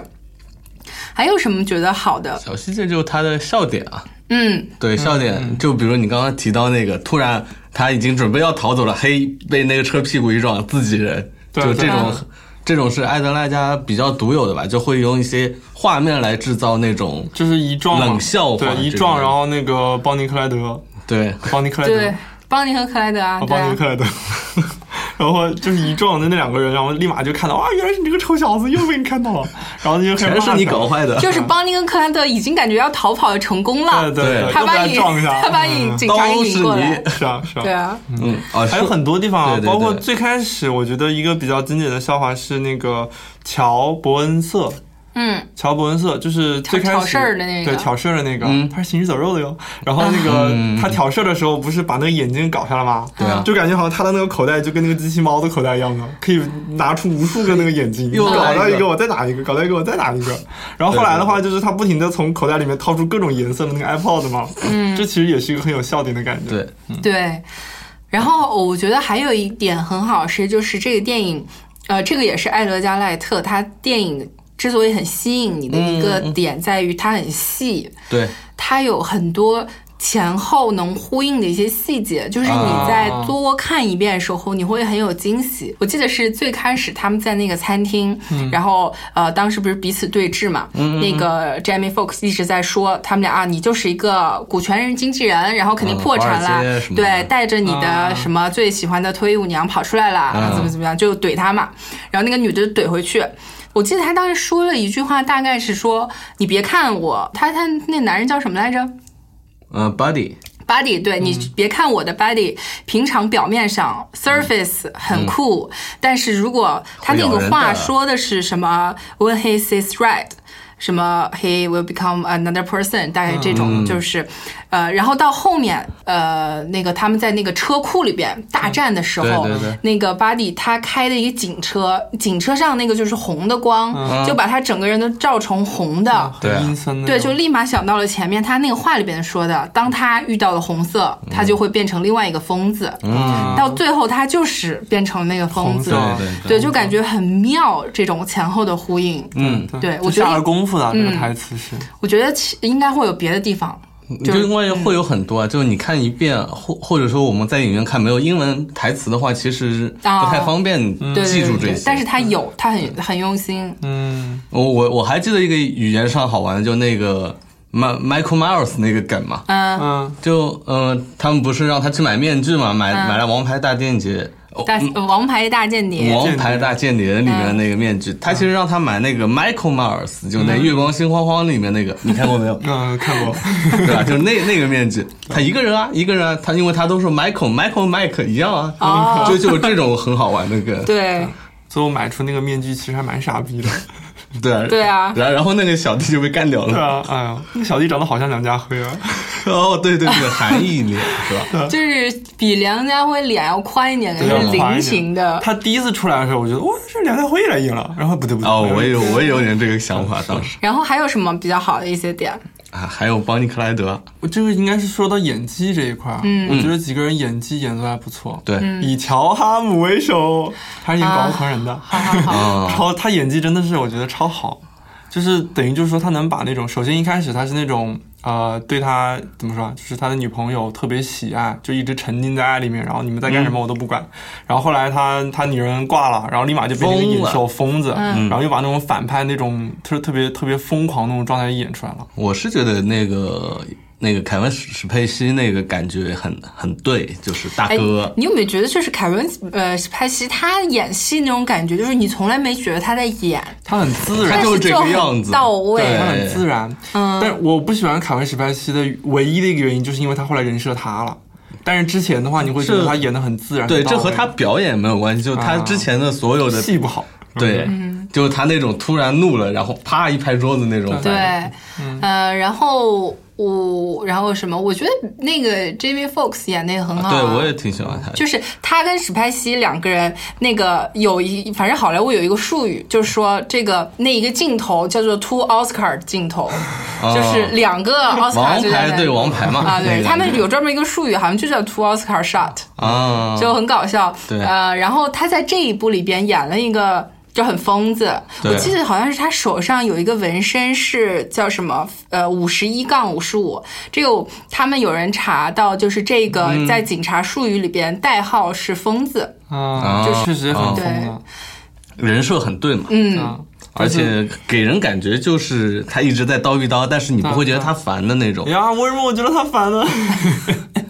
Speaker 2: 还有什么觉得好的？
Speaker 4: 小细节就是他的笑点啊，
Speaker 2: 嗯，
Speaker 4: 对，笑点就比如你刚刚提到那个，突然他已经准备要逃走了，嘿，被那个车屁股一撞，自己人，
Speaker 5: 对
Speaker 4: 就这种
Speaker 5: 对。
Speaker 4: 这种是艾德拉家比较独有的吧，就会用一些画面来制造那种
Speaker 5: 就是一撞嘛
Speaker 4: 冷笑话
Speaker 5: 对，一
Speaker 4: 这
Speaker 5: 撞，
Speaker 4: 种
Speaker 5: 然后那个邦尼克莱德，
Speaker 4: 对
Speaker 5: 邦尼克莱德，
Speaker 2: 对，邦尼和克莱德啊，
Speaker 5: 啊，
Speaker 2: 对
Speaker 5: 邦尼
Speaker 2: 啊
Speaker 5: 克莱德， 然后就是一撞的那两个人，然后立马就看到，啊，原来是你这个臭小子，又被你看到了，然后就开始
Speaker 4: 全是
Speaker 5: 骂
Speaker 4: 你
Speaker 5: 他
Speaker 4: 搞坏的，
Speaker 2: 就是邦尼跟克莱德已经感觉要逃跑成功了，
Speaker 5: 对对对
Speaker 2: 他把
Speaker 5: 又被
Speaker 2: 你
Speaker 5: 他撞一下 嗯
Speaker 2: 他把你警察给
Speaker 4: 都
Speaker 2: 引
Speaker 4: 是
Speaker 2: 过来
Speaker 4: 你，，
Speaker 5: 是啊是啊，
Speaker 2: 对啊，
Speaker 4: 嗯啊，
Speaker 5: 还有很多地方啊，
Speaker 4: 对对
Speaker 5: 包括
Speaker 4: 对
Speaker 5: 最开始，我觉得一个比较经典的笑话是那个乔伯恩瑟，
Speaker 2: 嗯，
Speaker 5: 乔伯恩瑟就是最开始
Speaker 2: 挑挑事儿的那个
Speaker 5: 对挑事儿的那个，
Speaker 4: 嗯
Speaker 5: 他是行尸走肉的哟。然后那个、他挑事儿的时候，不是把那个眼睛搞下来吗？对
Speaker 4: 啊
Speaker 5: 就感觉好像他的那个口袋就跟那个机器猫的口袋一样的，可以拿出无数个那个眼睛，
Speaker 4: 又
Speaker 5: 搞
Speaker 4: 来一
Speaker 5: 到
Speaker 4: 个
Speaker 5: 一个我再拿一个，搞到一个我再拿一个。然后后来的话，就是他不停的从口袋里面掏出各种颜色的那个 iPod 嘛，
Speaker 2: 嗯
Speaker 5: 这其实也是一个很有笑点的感觉。
Speaker 4: 对，
Speaker 2: 对。然后我觉得还有一点很好是，就是这个电影，呃，这个也是艾德加·赖特他电影之所以很吸引你的
Speaker 4: 嗯
Speaker 2: 一个点，在于它很细。
Speaker 4: 对
Speaker 2: 它有很多前后能呼应的一些细节，就是
Speaker 4: 啊
Speaker 2: 你在多看一遍的时候，你会很有惊喜。我记得是最开始他们在那个餐厅，
Speaker 4: 嗯
Speaker 2: 然后呃，当时不是彼此对峙嘛，那个 Jamie Fox 一直在说他们俩啊，你就是一个股权人经纪人，然后肯定
Speaker 4: 嗯
Speaker 2: 破产
Speaker 4: 华尔
Speaker 2: 了，
Speaker 4: 街什么的啊
Speaker 2: 对，带着你的什么最喜欢的脱衣舞娘跑出来了，然后怎么怎么样，就怼他嘛。然后那个女的就怼回去。我记得他当时说了一句话，大概是说：“你别看我，他他那男人叫什么来着
Speaker 4: 嗯，Buddy，
Speaker 2: ？Body，对、
Speaker 4: 嗯
Speaker 2: 你别看我的 Body，平常表面上 surface
Speaker 4: 嗯
Speaker 2: 很酷，但是如果他那
Speaker 4: 会咬
Speaker 2: 个
Speaker 4: 人
Speaker 2: 话
Speaker 4: 的
Speaker 2: 说的是什么 “When he sees red”。什么 He will become another person，大概这
Speaker 4: 嗯
Speaker 2: 种就是，呃，然后到后面，呃，那个他们在那个车库里边大战的时候，
Speaker 4: 对对对
Speaker 2: 那个 Buddy 他开的一个警车，警车上那个就是红的光，
Speaker 4: 嗯
Speaker 2: 就把他整个人都照成红的。
Speaker 4: 对啊
Speaker 5: 阴森那
Speaker 2: 对，就
Speaker 5: 种
Speaker 2: 立马想到了前面他那个话里边说的，当他遇到了红色，他就会变成另外一个疯子。
Speaker 5: 嗯
Speaker 2: 到最后，他就是变成那个疯子
Speaker 5: 红色
Speaker 2: 了，
Speaker 4: 对对
Speaker 2: 对，就感觉很妙，这种前后的呼应。
Speaker 4: 嗯，
Speaker 2: 对
Speaker 5: 就
Speaker 2: 我觉
Speaker 5: 下了
Speaker 2: 得，嗯
Speaker 5: 功夫的这个台词是，
Speaker 2: 我觉得其应该会有别的地方，
Speaker 4: 就
Speaker 2: 就是
Speaker 4: 因为会有很多啊，就是你看一遍，或或者说我们在影院看没有英文台词的话，其实
Speaker 2: 啊
Speaker 4: 不太方便
Speaker 2: 对
Speaker 4: 记
Speaker 2: 对
Speaker 4: 住
Speaker 2: 对
Speaker 4: 这
Speaker 2: 对
Speaker 4: 些。，
Speaker 2: 但是他有，他很很用心。
Speaker 5: 嗯，
Speaker 4: 我我我还记得一个语言上好玩的，就那个 Ma- Michael Myers 那个梗嘛，
Speaker 2: 嗯，
Speaker 5: 嗯，？
Speaker 4: 就呃，他们不是让他去买面具嘛，买、买了《王牌大间谍》哦
Speaker 2: 啊大啊王牌大间谍，
Speaker 4: 王牌大间谍》里面的那个面具，他其实让他买那个 Michael Myers，就那《
Speaker 2: 嗯
Speaker 4: 月光心慌慌》里面那个，你看过 没有
Speaker 5: 嗯，看过，
Speaker 4: 对吧？就是那那个面具，他一个人啊，一个人啊，他因为他都是 Michael Michael Mike 一样啊，
Speaker 2: 哦
Speaker 4: 就就这种很好玩的梗。
Speaker 2: 对
Speaker 5: 最后买出那个面具其实还蛮傻逼的，
Speaker 4: 对
Speaker 2: 对啊
Speaker 4: 然然后那个小弟就被干掉
Speaker 5: 对
Speaker 4: 了。
Speaker 5: 啊，哎呀，那个小弟长得好像梁家辉啊，
Speaker 4: 哦，对对对，韩义脸是吧？
Speaker 2: 就是比梁家辉脸要宽一点的，
Speaker 5: 对
Speaker 2: 哎是
Speaker 5: 要夸
Speaker 2: 菱
Speaker 5: 一点
Speaker 2: 形的。
Speaker 5: 他第一次出来的时候，我觉得哇，这梁家辉来硬了，然后不对不对，
Speaker 4: 哦，我也有，我也有点这个想法，当时
Speaker 2: 然后还有什么比较好的一些点？
Speaker 4: 啊，还有邦尼克莱德，
Speaker 5: 我这个应该是说到演技这一块儿，嗯，我觉得几个人演技演的还不错，
Speaker 4: 对，
Speaker 2: 嗯
Speaker 5: 以乔哈姆为首，他是演
Speaker 2: 啊
Speaker 5: 搞狂人的，
Speaker 2: 好好好，
Speaker 5: 然
Speaker 4: 啊，
Speaker 5: 后他演技真的是我觉得超好，就是等于就是说他能把那种，首先一开始他是那种呃，对他怎么说啊，就是他的女朋友特别喜爱，就一直沉浸在爱里面，然后你们在干什么我都不管。然后后来他他女人挂了，然后立马就变成一个
Speaker 4: 哦疯
Speaker 5: 野
Speaker 4: 了
Speaker 5: 兽疯子，
Speaker 2: 嗯
Speaker 5: 然后又把那种反派那种特特别特别疯狂那种状态演出来了。
Speaker 4: 我是觉得那个那个凯文史史佩西那个感觉很很对，就是大
Speaker 2: 哎
Speaker 4: 哥，，
Speaker 2: 你有没有觉得就是凯文呃史派西他演戏那种感觉，就是你从来没觉得他在演，
Speaker 5: 他很自然
Speaker 4: 他
Speaker 2: 但，
Speaker 4: 就是这
Speaker 2: 就
Speaker 4: 个
Speaker 2: 很
Speaker 4: 样子，
Speaker 2: 到位
Speaker 4: 对
Speaker 5: 他很自然。
Speaker 2: 嗯
Speaker 5: 但是我不喜欢凯文·史派西的唯一的一个原因，就是因为他后来人设塌了。但是之前的话，你会觉得
Speaker 4: 是
Speaker 5: 他演的很自然，
Speaker 4: 对，
Speaker 5: 很到
Speaker 4: 这和
Speaker 5: 位
Speaker 4: 他表演没有关系，就他
Speaker 5: 啊
Speaker 4: 之前的所有的
Speaker 5: 戏不好。
Speaker 4: 对，就是他那种突然怒了，然后啪一拍桌子那种啊反应，
Speaker 2: 嗯对，呃，然后我然后什么？我觉得那个 Jamie Fox 演那个很好、啊，
Speaker 4: 对我也挺喜欢他的，
Speaker 2: 就是他跟史派西两个人，那个有一，反正好莱坞有一个术语，就是说这个那一个镜头叫做 two Oscar 镜头，
Speaker 4: 哦
Speaker 2: 就是两个奥斯卡
Speaker 4: 王
Speaker 2: 就在
Speaker 4: 牌
Speaker 2: 那
Speaker 4: 对王牌嘛
Speaker 2: 啊，
Speaker 4: 那
Speaker 2: 对
Speaker 4: 个
Speaker 2: 他们有专门一个术语，好像就叫 two Oscar shot，
Speaker 4: 啊，
Speaker 2: 就很搞笑。
Speaker 4: 对
Speaker 2: 呃，然后他在这一部里边演了一个。就很疯子，
Speaker 4: 对
Speaker 2: 我记得好像是他手上有一个纹身，是叫什么？呃，五十一杠五十五。这个我他们有人查到，就是这个
Speaker 4: 嗯
Speaker 2: 在警察术语里边代号是疯子。
Speaker 5: 啊，就确实很疯
Speaker 2: 对
Speaker 5: 了，
Speaker 4: 人设很对嘛，
Speaker 2: 嗯
Speaker 5: 啊，
Speaker 4: 而且给人感觉就是他一直在叨逼叨，但是你不会觉得他烦的那种
Speaker 5: 哎。呀，为什么我觉得他烦 呢？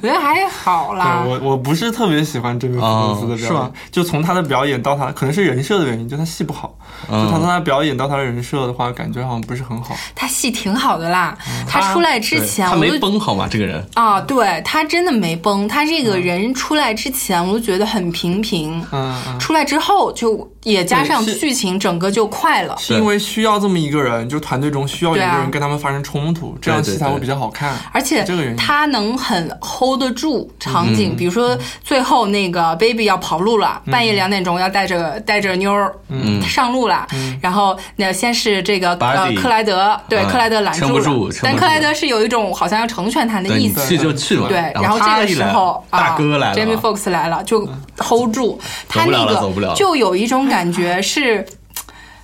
Speaker 2: 我觉得还好
Speaker 5: 对
Speaker 2: 啦。
Speaker 5: 我我不是特别喜欢这个福克斯的
Speaker 4: 哦是
Speaker 5: 表
Speaker 4: 吗
Speaker 5: 演，就从他的表演到他，可能是人设的原因，就他戏不好，就
Speaker 4: 嗯
Speaker 5: 他从他的表演到他的人设的话，感觉好像不是很好。
Speaker 2: 他戏挺好的啦，他出来之
Speaker 4: 对
Speaker 2: 前
Speaker 4: 嗯他
Speaker 2: 我
Speaker 4: 没
Speaker 2: 就。
Speaker 4: 崩好吗？这个人
Speaker 2: 啊，对他真的没崩，他这个人出来之前我就觉得很平平，
Speaker 5: 嗯嗯。
Speaker 2: 出来之后就也加上
Speaker 5: 对是
Speaker 2: 剧情，整个就快了。
Speaker 5: 是因为需要这么一个人，就团队中需要一
Speaker 2: 对
Speaker 5: 个
Speaker 2: 啊
Speaker 5: 人跟他们发生冲突，这样
Speaker 4: 对对
Speaker 5: 戏才会
Speaker 4: 对
Speaker 5: 比较好看。
Speaker 2: 而且
Speaker 5: 这个原因
Speaker 2: 他能很 hold 得住场
Speaker 4: 嗯
Speaker 2: 景，比如说最后那个 baby 要跑路了，半夜两点钟要带着带着妞儿
Speaker 4: 嗯
Speaker 2: 上路了，然后那先是这个呃
Speaker 4: Buddy
Speaker 2: 克莱德对
Speaker 4: 嗯
Speaker 2: 克莱德拦
Speaker 4: 撑
Speaker 2: 住
Speaker 4: 不
Speaker 2: 了
Speaker 4: 住撑，
Speaker 2: 但
Speaker 4: 不
Speaker 2: 克莱
Speaker 4: 住
Speaker 2: 德是有一种好像要成全他的
Speaker 4: 对
Speaker 2: 意
Speaker 4: 你
Speaker 2: 思，
Speaker 4: 去就去嘛，
Speaker 2: 对，
Speaker 4: 然
Speaker 2: 后这
Speaker 4: 他
Speaker 2: 个
Speaker 4: 一
Speaker 2: 时
Speaker 4: 来
Speaker 2: 候啊
Speaker 4: 大哥来
Speaker 2: ，Jamie
Speaker 4: 了，啊嗯
Speaker 2: Fox 来了，就 hold 住他
Speaker 4: 不了
Speaker 2: 那
Speaker 4: 了走不了
Speaker 2: 个，
Speaker 4: 了
Speaker 2: 就有一种感觉是。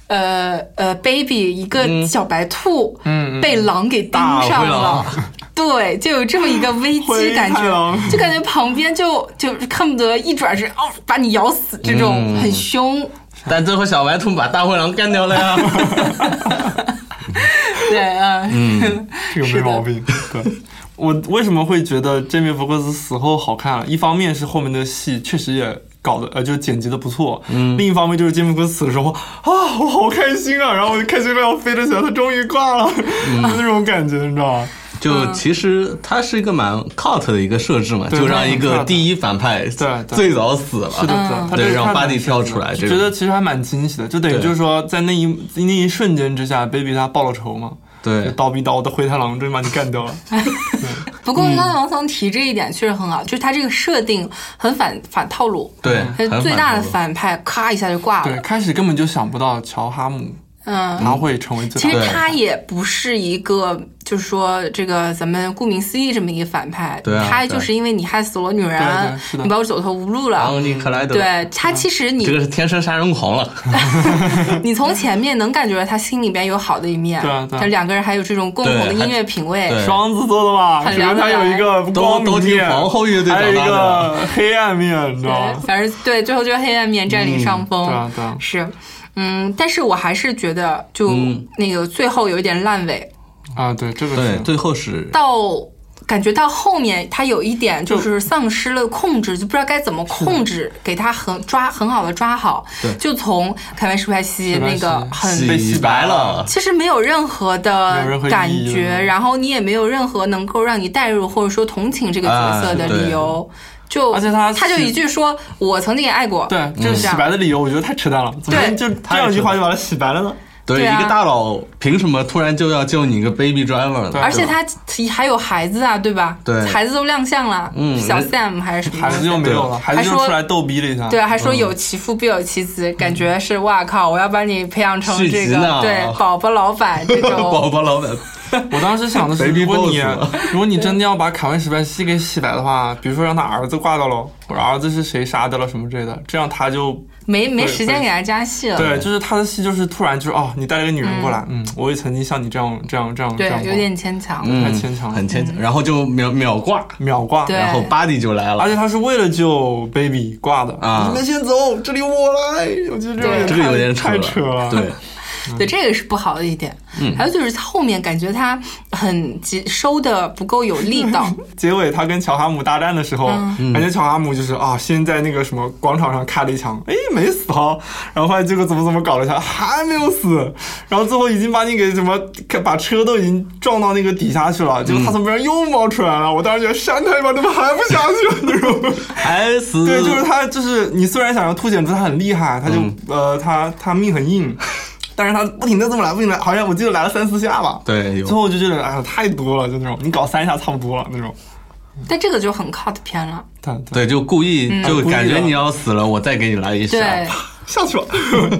Speaker 2: 呃呃，baby 一个小白兔，嗯，被狼给盯
Speaker 4: 大
Speaker 2: 上
Speaker 4: 灰狼
Speaker 2: 了，对，就有这么一个危机
Speaker 5: 灰
Speaker 2: 感
Speaker 5: 太
Speaker 2: 觉，
Speaker 5: 狼
Speaker 2: 就感觉旁边就就恨不得一转身哦把你咬死，这种
Speaker 4: 嗯
Speaker 2: 很凶，
Speaker 4: 但最后小白兔把大灰狼干掉了 呀。
Speaker 2: 对啊，嗯，
Speaker 5: 这个没毛病。对，我为什么会觉得这面福克斯死后好看啊了？一方面是后面的戏确实也。搞的呃，就剪辑的不错。嗯，另一方面就是詹姆斯死的时候啊，我
Speaker 4: 嗯
Speaker 5: 好开心啊，然后我就开心到要飞了起来，他终于挂了，就那种感觉，你知道吗？
Speaker 4: 就其实它是一个蛮 cut 的一个设置嘛，
Speaker 5: 对
Speaker 4: 就让
Speaker 5: 它
Speaker 4: 一
Speaker 5: 很
Speaker 4: 个
Speaker 5: cut
Speaker 4: 第一反派
Speaker 5: 对对
Speaker 4: 最早死了，
Speaker 5: 是的，是的，他
Speaker 4: 对
Speaker 5: 这个
Speaker 4: 让
Speaker 5: 看得
Speaker 4: Buddy
Speaker 5: 很
Speaker 4: 跳
Speaker 5: 清
Speaker 4: 出
Speaker 5: 楚
Speaker 4: 来
Speaker 5: 就
Speaker 4: 这
Speaker 5: 觉
Speaker 4: 种
Speaker 5: 得其实还蛮惊喜的，就等于
Speaker 4: 对
Speaker 5: 就是说在那一那一瞬间之下，baby 他报了仇嘛，
Speaker 4: 对
Speaker 5: 就刀逼刀的灰太狼真把你干掉了，
Speaker 2: 不过
Speaker 4: 嗯
Speaker 2: 刚才王桑提这一点确实很好，就是他这个设定很反反套路，
Speaker 4: 对，很
Speaker 2: 他最
Speaker 4: 反
Speaker 2: 大的
Speaker 4: 套路
Speaker 2: 反派咔一下就挂
Speaker 5: 对，
Speaker 2: 了。
Speaker 5: 开始根本就想不到乔哈姆
Speaker 2: 嗯，
Speaker 5: 他会成为最
Speaker 2: 其
Speaker 5: 大
Speaker 2: 实
Speaker 5: 的，
Speaker 2: 他也不是一个，就是说这个咱们顾名思义这么一个反派，
Speaker 4: 对啊
Speaker 2: 他
Speaker 4: 对
Speaker 2: 就是因为你害死了我女人，
Speaker 5: 对对是的嗯
Speaker 2: 你把我走投无路了。
Speaker 4: 然后你克莱德，
Speaker 2: 对他，其实你、
Speaker 4: 这个是天生杀人狂了，
Speaker 2: 你从前面能感觉到他心里边有好的一面，
Speaker 5: 对啊对啊
Speaker 2: 他两个人还有这种共同的
Speaker 4: 对
Speaker 2: 音
Speaker 4: 还
Speaker 2: 乐品味，
Speaker 4: 对
Speaker 5: 双子座的吧，
Speaker 2: 很
Speaker 5: 只是
Speaker 2: 聊得
Speaker 5: 他有一个光
Speaker 4: 都
Speaker 5: 明
Speaker 4: 都听
Speaker 5: 面，
Speaker 4: 皇后乐队
Speaker 5: 还有
Speaker 4: 长
Speaker 5: 一
Speaker 4: 大的，
Speaker 5: 个黑暗面，你知道
Speaker 2: 对
Speaker 5: 吗？
Speaker 2: 反正对，最后就黑暗面占领上风，
Speaker 5: 啊对啊，对啊，
Speaker 2: 是，嗯，但是我还是觉得就
Speaker 4: 嗯
Speaker 2: 那个最后有一点烂尾，
Speaker 5: 啊，对，这个
Speaker 4: 对
Speaker 5: 是，。
Speaker 4: 最后是
Speaker 2: 到感觉到后面，他有一点就是丧失了控制，就不知道该怎么控制，给他很抓很好的抓好。
Speaker 4: 对
Speaker 2: 就从凯文·史派西那个
Speaker 5: 史
Speaker 2: 很
Speaker 5: 派西。被
Speaker 4: 洗
Speaker 5: 洗
Speaker 4: 白
Speaker 5: 白
Speaker 4: 了
Speaker 5: 了，
Speaker 2: 其实没有任何
Speaker 5: 没
Speaker 2: 的
Speaker 5: 有任何意义
Speaker 2: 感
Speaker 5: 了
Speaker 2: 觉，然后你也没有任何能够让你代入或者说同情这个角色的
Speaker 4: 啊对
Speaker 2: 理由，就
Speaker 5: 而且他
Speaker 2: 他就一句说“我曾经也爱过”，
Speaker 5: 对，这
Speaker 2: 就
Speaker 5: 个
Speaker 2: 是这
Speaker 5: 洗
Speaker 2: 样
Speaker 5: 白的理由，我觉得太扯淡了。怎么
Speaker 2: 嗯对
Speaker 5: 就这样一句话就把它洗白了呢？
Speaker 4: 对
Speaker 2: 对啊
Speaker 4: 一个大佬凭什么突然就要救你一个 baby driver 呢？
Speaker 5: 对
Speaker 2: 而且他还有孩子啊，对吧？
Speaker 4: 对
Speaker 2: 孩子都亮相了，
Speaker 4: 嗯
Speaker 2: 小
Speaker 4: 人
Speaker 2: Sam 还是什么
Speaker 5: 孩子又没有了，孩子就
Speaker 2: 还说
Speaker 5: 出来逗逼了一下。
Speaker 2: 对，啊还说
Speaker 5: 嗯
Speaker 2: 有其父必有其子，感觉是哇靠，我要把你培养成
Speaker 4: 续
Speaker 2: 这
Speaker 4: 集
Speaker 2: 个
Speaker 4: 呢
Speaker 5: 啊
Speaker 2: 对宝宝老板这
Speaker 4: 宝
Speaker 2: 种。
Speaker 4: 宝老板，
Speaker 5: 我当时想的是，
Speaker 4: Baby
Speaker 5: 如果你啊
Speaker 4: boss 嘛
Speaker 5: 如果你真的要把凯文史派西给洗白的话，比如说让他儿子挂掉了，我儿子是谁杀掉了什么之类的，这样他就
Speaker 2: 没没
Speaker 5: 对
Speaker 2: 时间
Speaker 5: 对
Speaker 2: 给他加戏了，
Speaker 5: 对，就是他的戏就是突然就是哦，你带了个女人过来，嗯，我也曾经像你这样这样这样这
Speaker 2: 对
Speaker 5: 样过，
Speaker 2: 有点牵强。
Speaker 4: 嗯
Speaker 5: 太牵强了
Speaker 4: 很牵强，然后就秒秒挂，
Speaker 5: 秒挂。
Speaker 2: 对
Speaker 4: 然后 body 就来
Speaker 5: 而
Speaker 4: 了，
Speaker 5: 且他是为了救 baby 挂的
Speaker 4: 啊
Speaker 5: 你们先走，这里我来。我觉得这
Speaker 2: 对
Speaker 5: 个
Speaker 4: 这个有点
Speaker 5: 太扯
Speaker 4: 了，对。
Speaker 2: 对，这个是不好的一点。
Speaker 5: 嗯
Speaker 2: 还有就是后面感觉他很急收的不够有力道，
Speaker 5: 结尾他跟乔哈姆大战的时候，
Speaker 4: 嗯
Speaker 5: 感觉乔哈姆就是啊，先在那个什么广场上开了一枪，哎，没死哈，然后发现结果怎么怎么搞了一下，还没有死，然后最后已经把你给什么，把车都已经撞到那个底下去了，结果
Speaker 4: 嗯
Speaker 5: 他从边上又冒出来了，我当时觉得扇他一巴，怎么还不下去？那 种。
Speaker 4: S
Speaker 5: 对，就是他，就是你虽然想要凸显出他很厉害，他就、
Speaker 4: 嗯
Speaker 5: 呃，他他命很 硬，但是他不停的这么来，不停的，好像我记得来了三四下吧。
Speaker 4: 对有
Speaker 5: 最后我就觉得，哎呀，太多了，就那种，你搞三下差不多了那种。
Speaker 2: 但这个就很 cut 偏了。
Speaker 5: 对对，
Speaker 2: 嗯
Speaker 4: 对，就故意就感觉
Speaker 5: 故意的
Speaker 4: 你要死了，我再给你来一下，
Speaker 5: 啊
Speaker 2: 对，
Speaker 5: 下去吧，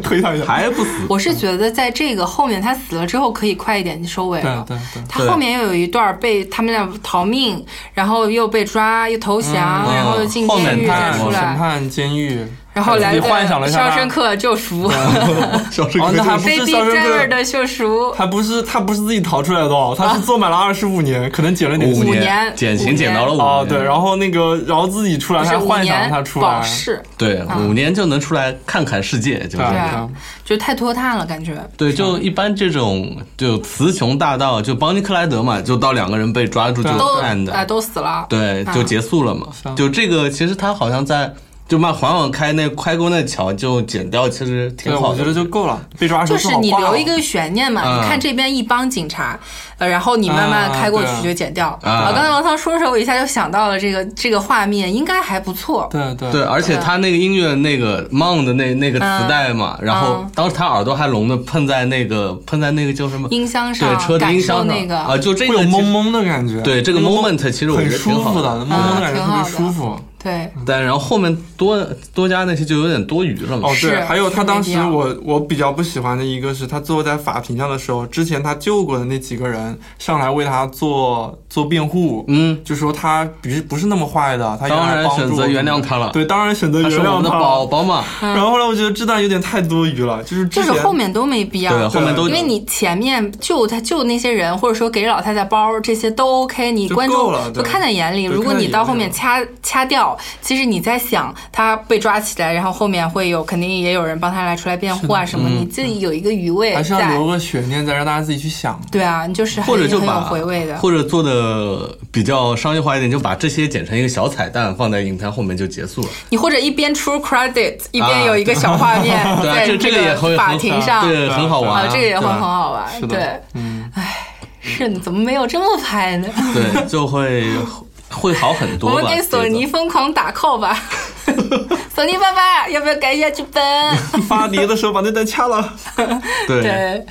Speaker 5: 推他一下。
Speaker 4: 还不死，
Speaker 2: 我是觉得在这个后面他死了之后可以快一点收尾了。
Speaker 5: 对对
Speaker 2: 他后面又有一段被他们俩逃命，然后又被抓，又投降，
Speaker 4: 嗯
Speaker 2: 然后又进
Speaker 4: 后面
Speaker 2: 监狱
Speaker 4: 他
Speaker 2: 再
Speaker 5: 判
Speaker 2: 出
Speaker 5: 审
Speaker 2: 来。
Speaker 5: 判监狱，
Speaker 2: 然后来
Speaker 5: 自
Speaker 2: 个
Speaker 5: 己幻想了一下
Speaker 2: 肖
Speaker 5: 他
Speaker 2: 申克的救 赎》
Speaker 4: 消失
Speaker 5: 哦那还不
Speaker 2: ，Baby
Speaker 5: 是肖申
Speaker 2: Driver
Speaker 5: 克
Speaker 2: 的救赎，
Speaker 5: 他不是他不是自己逃出来的哦，他是
Speaker 2: 啊
Speaker 5: 坐满了二十五年，可能减了点
Speaker 4: 五
Speaker 5: 刑
Speaker 2: 年
Speaker 4: 减
Speaker 2: 五
Speaker 4: 刑减
Speaker 2: 年
Speaker 4: 到了五年，
Speaker 5: 哦，对，然后那个然后自己出来，
Speaker 2: 不
Speaker 5: 他
Speaker 2: 是
Speaker 5: 还
Speaker 2: 五
Speaker 5: 幻想
Speaker 2: 年
Speaker 5: 他出来
Speaker 2: 保，释，
Speaker 4: 对
Speaker 2: 嗯
Speaker 4: 五年就能出来看看世界，就
Speaker 5: 对
Speaker 4: 是
Speaker 2: 对
Speaker 5: 啊
Speaker 2: 啊，就太拖沓了，感觉。
Speaker 4: 对，
Speaker 2: 嗯
Speaker 4: 就一般这种就雌雄大盗，就邦尼克莱德嘛，就到两个人被抓住
Speaker 5: 嗯
Speaker 4: 就
Speaker 2: 都嗯
Speaker 4: 按
Speaker 2: 啊、
Speaker 4: 的，
Speaker 2: 都死了，
Speaker 4: 对，就结束了嘛
Speaker 5: 啊。
Speaker 4: 就这个其实他好像在就嘛缓缓开那开沟那桥就剪掉，其实挺
Speaker 5: 对，
Speaker 4: 好
Speaker 5: 我觉得
Speaker 4: 的。
Speaker 5: 就够了，被抓的时
Speaker 2: 就
Speaker 5: 候正
Speaker 2: 是
Speaker 5: 好
Speaker 2: 你
Speaker 5: 挂
Speaker 2: 留
Speaker 5: 了
Speaker 2: 一个悬念嘛，
Speaker 4: 嗯
Speaker 2: 你看这边一帮警察，呃，然后你慢慢
Speaker 5: 啊
Speaker 2: 开过
Speaker 5: 对
Speaker 2: 去
Speaker 5: 啊
Speaker 2: 就剪掉。
Speaker 4: 啊
Speaker 2: 啊，刚才王涛说的时候，我一下就想到了这个这个画面，应该还不错。
Speaker 5: 对对
Speaker 4: 对，而且他那个音乐那个 Mon 的那那个磁带嘛，然后
Speaker 2: 嗯
Speaker 4: 当时他耳朵还聋的，碰在那个碰在那个叫什么
Speaker 2: 音箱上
Speaker 4: 对车的
Speaker 2: 感
Speaker 4: 音
Speaker 2: 受
Speaker 4: 箱上
Speaker 2: 那个
Speaker 4: 啊，就这
Speaker 5: 会
Speaker 4: 个
Speaker 5: 有
Speaker 4: 其实
Speaker 5: 懵懵的感觉。
Speaker 4: 对这个
Speaker 5: 那
Speaker 4: moment 其实我觉
Speaker 5: 很
Speaker 4: 得
Speaker 5: 舒
Speaker 4: 挺好
Speaker 5: 服的，
Speaker 4: 的
Speaker 5: 懵
Speaker 2: 啊
Speaker 5: 懵的感觉特别舒服。
Speaker 2: 对，
Speaker 4: 但然后后面多多加那些就有点多余了嘛
Speaker 5: 哦，。
Speaker 2: 是
Speaker 5: 对，还有
Speaker 2: 是
Speaker 5: 他
Speaker 2: 没
Speaker 5: 当
Speaker 2: 必
Speaker 5: 时
Speaker 2: 要
Speaker 5: 我我比较不喜欢的一个是他最后在法庭上的时候，之前他救过的那几个人上来为他做做辩护，
Speaker 4: 嗯，
Speaker 5: 就说他不是不是那么坏的，他原
Speaker 4: 当
Speaker 5: 来
Speaker 4: 然
Speaker 5: 帮助
Speaker 4: 选择
Speaker 5: 我
Speaker 4: 原谅他了
Speaker 5: 对，当然选择
Speaker 4: 他
Speaker 5: 原
Speaker 4: 是我
Speaker 5: 谅
Speaker 4: 们的
Speaker 5: 他
Speaker 4: 宝
Speaker 5: 了。
Speaker 4: 宝嘛，
Speaker 5: 然后后来我觉得这段有点太多余了，就是
Speaker 2: 就嗯
Speaker 5: 之
Speaker 2: 是
Speaker 5: 前
Speaker 2: 后面都没必要。
Speaker 4: 对，后面都
Speaker 2: 因为你前面救他救那些人，或者说给老太太包这些都 OK，你
Speaker 5: 就
Speaker 2: 观
Speaker 5: 够
Speaker 2: 众
Speaker 5: 了
Speaker 2: 都
Speaker 5: 对
Speaker 2: 看在眼里。
Speaker 5: 对
Speaker 2: 如果
Speaker 5: 看在
Speaker 2: 你
Speaker 5: 眼
Speaker 2: 到
Speaker 5: 里
Speaker 2: 后面
Speaker 5: 了
Speaker 2: 掐掐掉，其实你在想他被抓起来，然后后面会有肯定也有人帮他来出来辩护啊什
Speaker 4: 嗯
Speaker 2: 么，你自己有一个余味
Speaker 5: 还是要
Speaker 2: 在
Speaker 5: 留。个悬念，再让大家自己去想。
Speaker 2: 对啊，你就是很
Speaker 4: 或者就
Speaker 2: 很有
Speaker 4: 把
Speaker 2: 回味的。
Speaker 4: 或者做的比较商业化一点，就把这些剪成一个小彩蛋，放在影片后面就结束 了。
Speaker 2: 你或者一边 true credit 一
Speaker 4: 啊
Speaker 2: 边有一个小画面
Speaker 4: 对啊，
Speaker 2: 在
Speaker 4: 这这个也
Speaker 2: 个
Speaker 4: 很
Speaker 2: 法庭上，
Speaker 4: 对，很好玩
Speaker 2: 啊，
Speaker 4: 啊。
Speaker 2: 这个也会
Speaker 4: 对
Speaker 2: 很好玩。
Speaker 5: 是的
Speaker 2: 对，
Speaker 5: 嗯，
Speaker 2: 是呢，怎么没有这么拍呢？
Speaker 4: 对，就会会好很多
Speaker 2: 我
Speaker 4: 吧。
Speaker 2: 们给索尼
Speaker 4: 觉
Speaker 2: 疯狂打 call 吧，索尼爸爸要不要改一下剧本？
Speaker 5: 发碟的时候把那段掐了。
Speaker 4: 得 对，
Speaker 2: 对，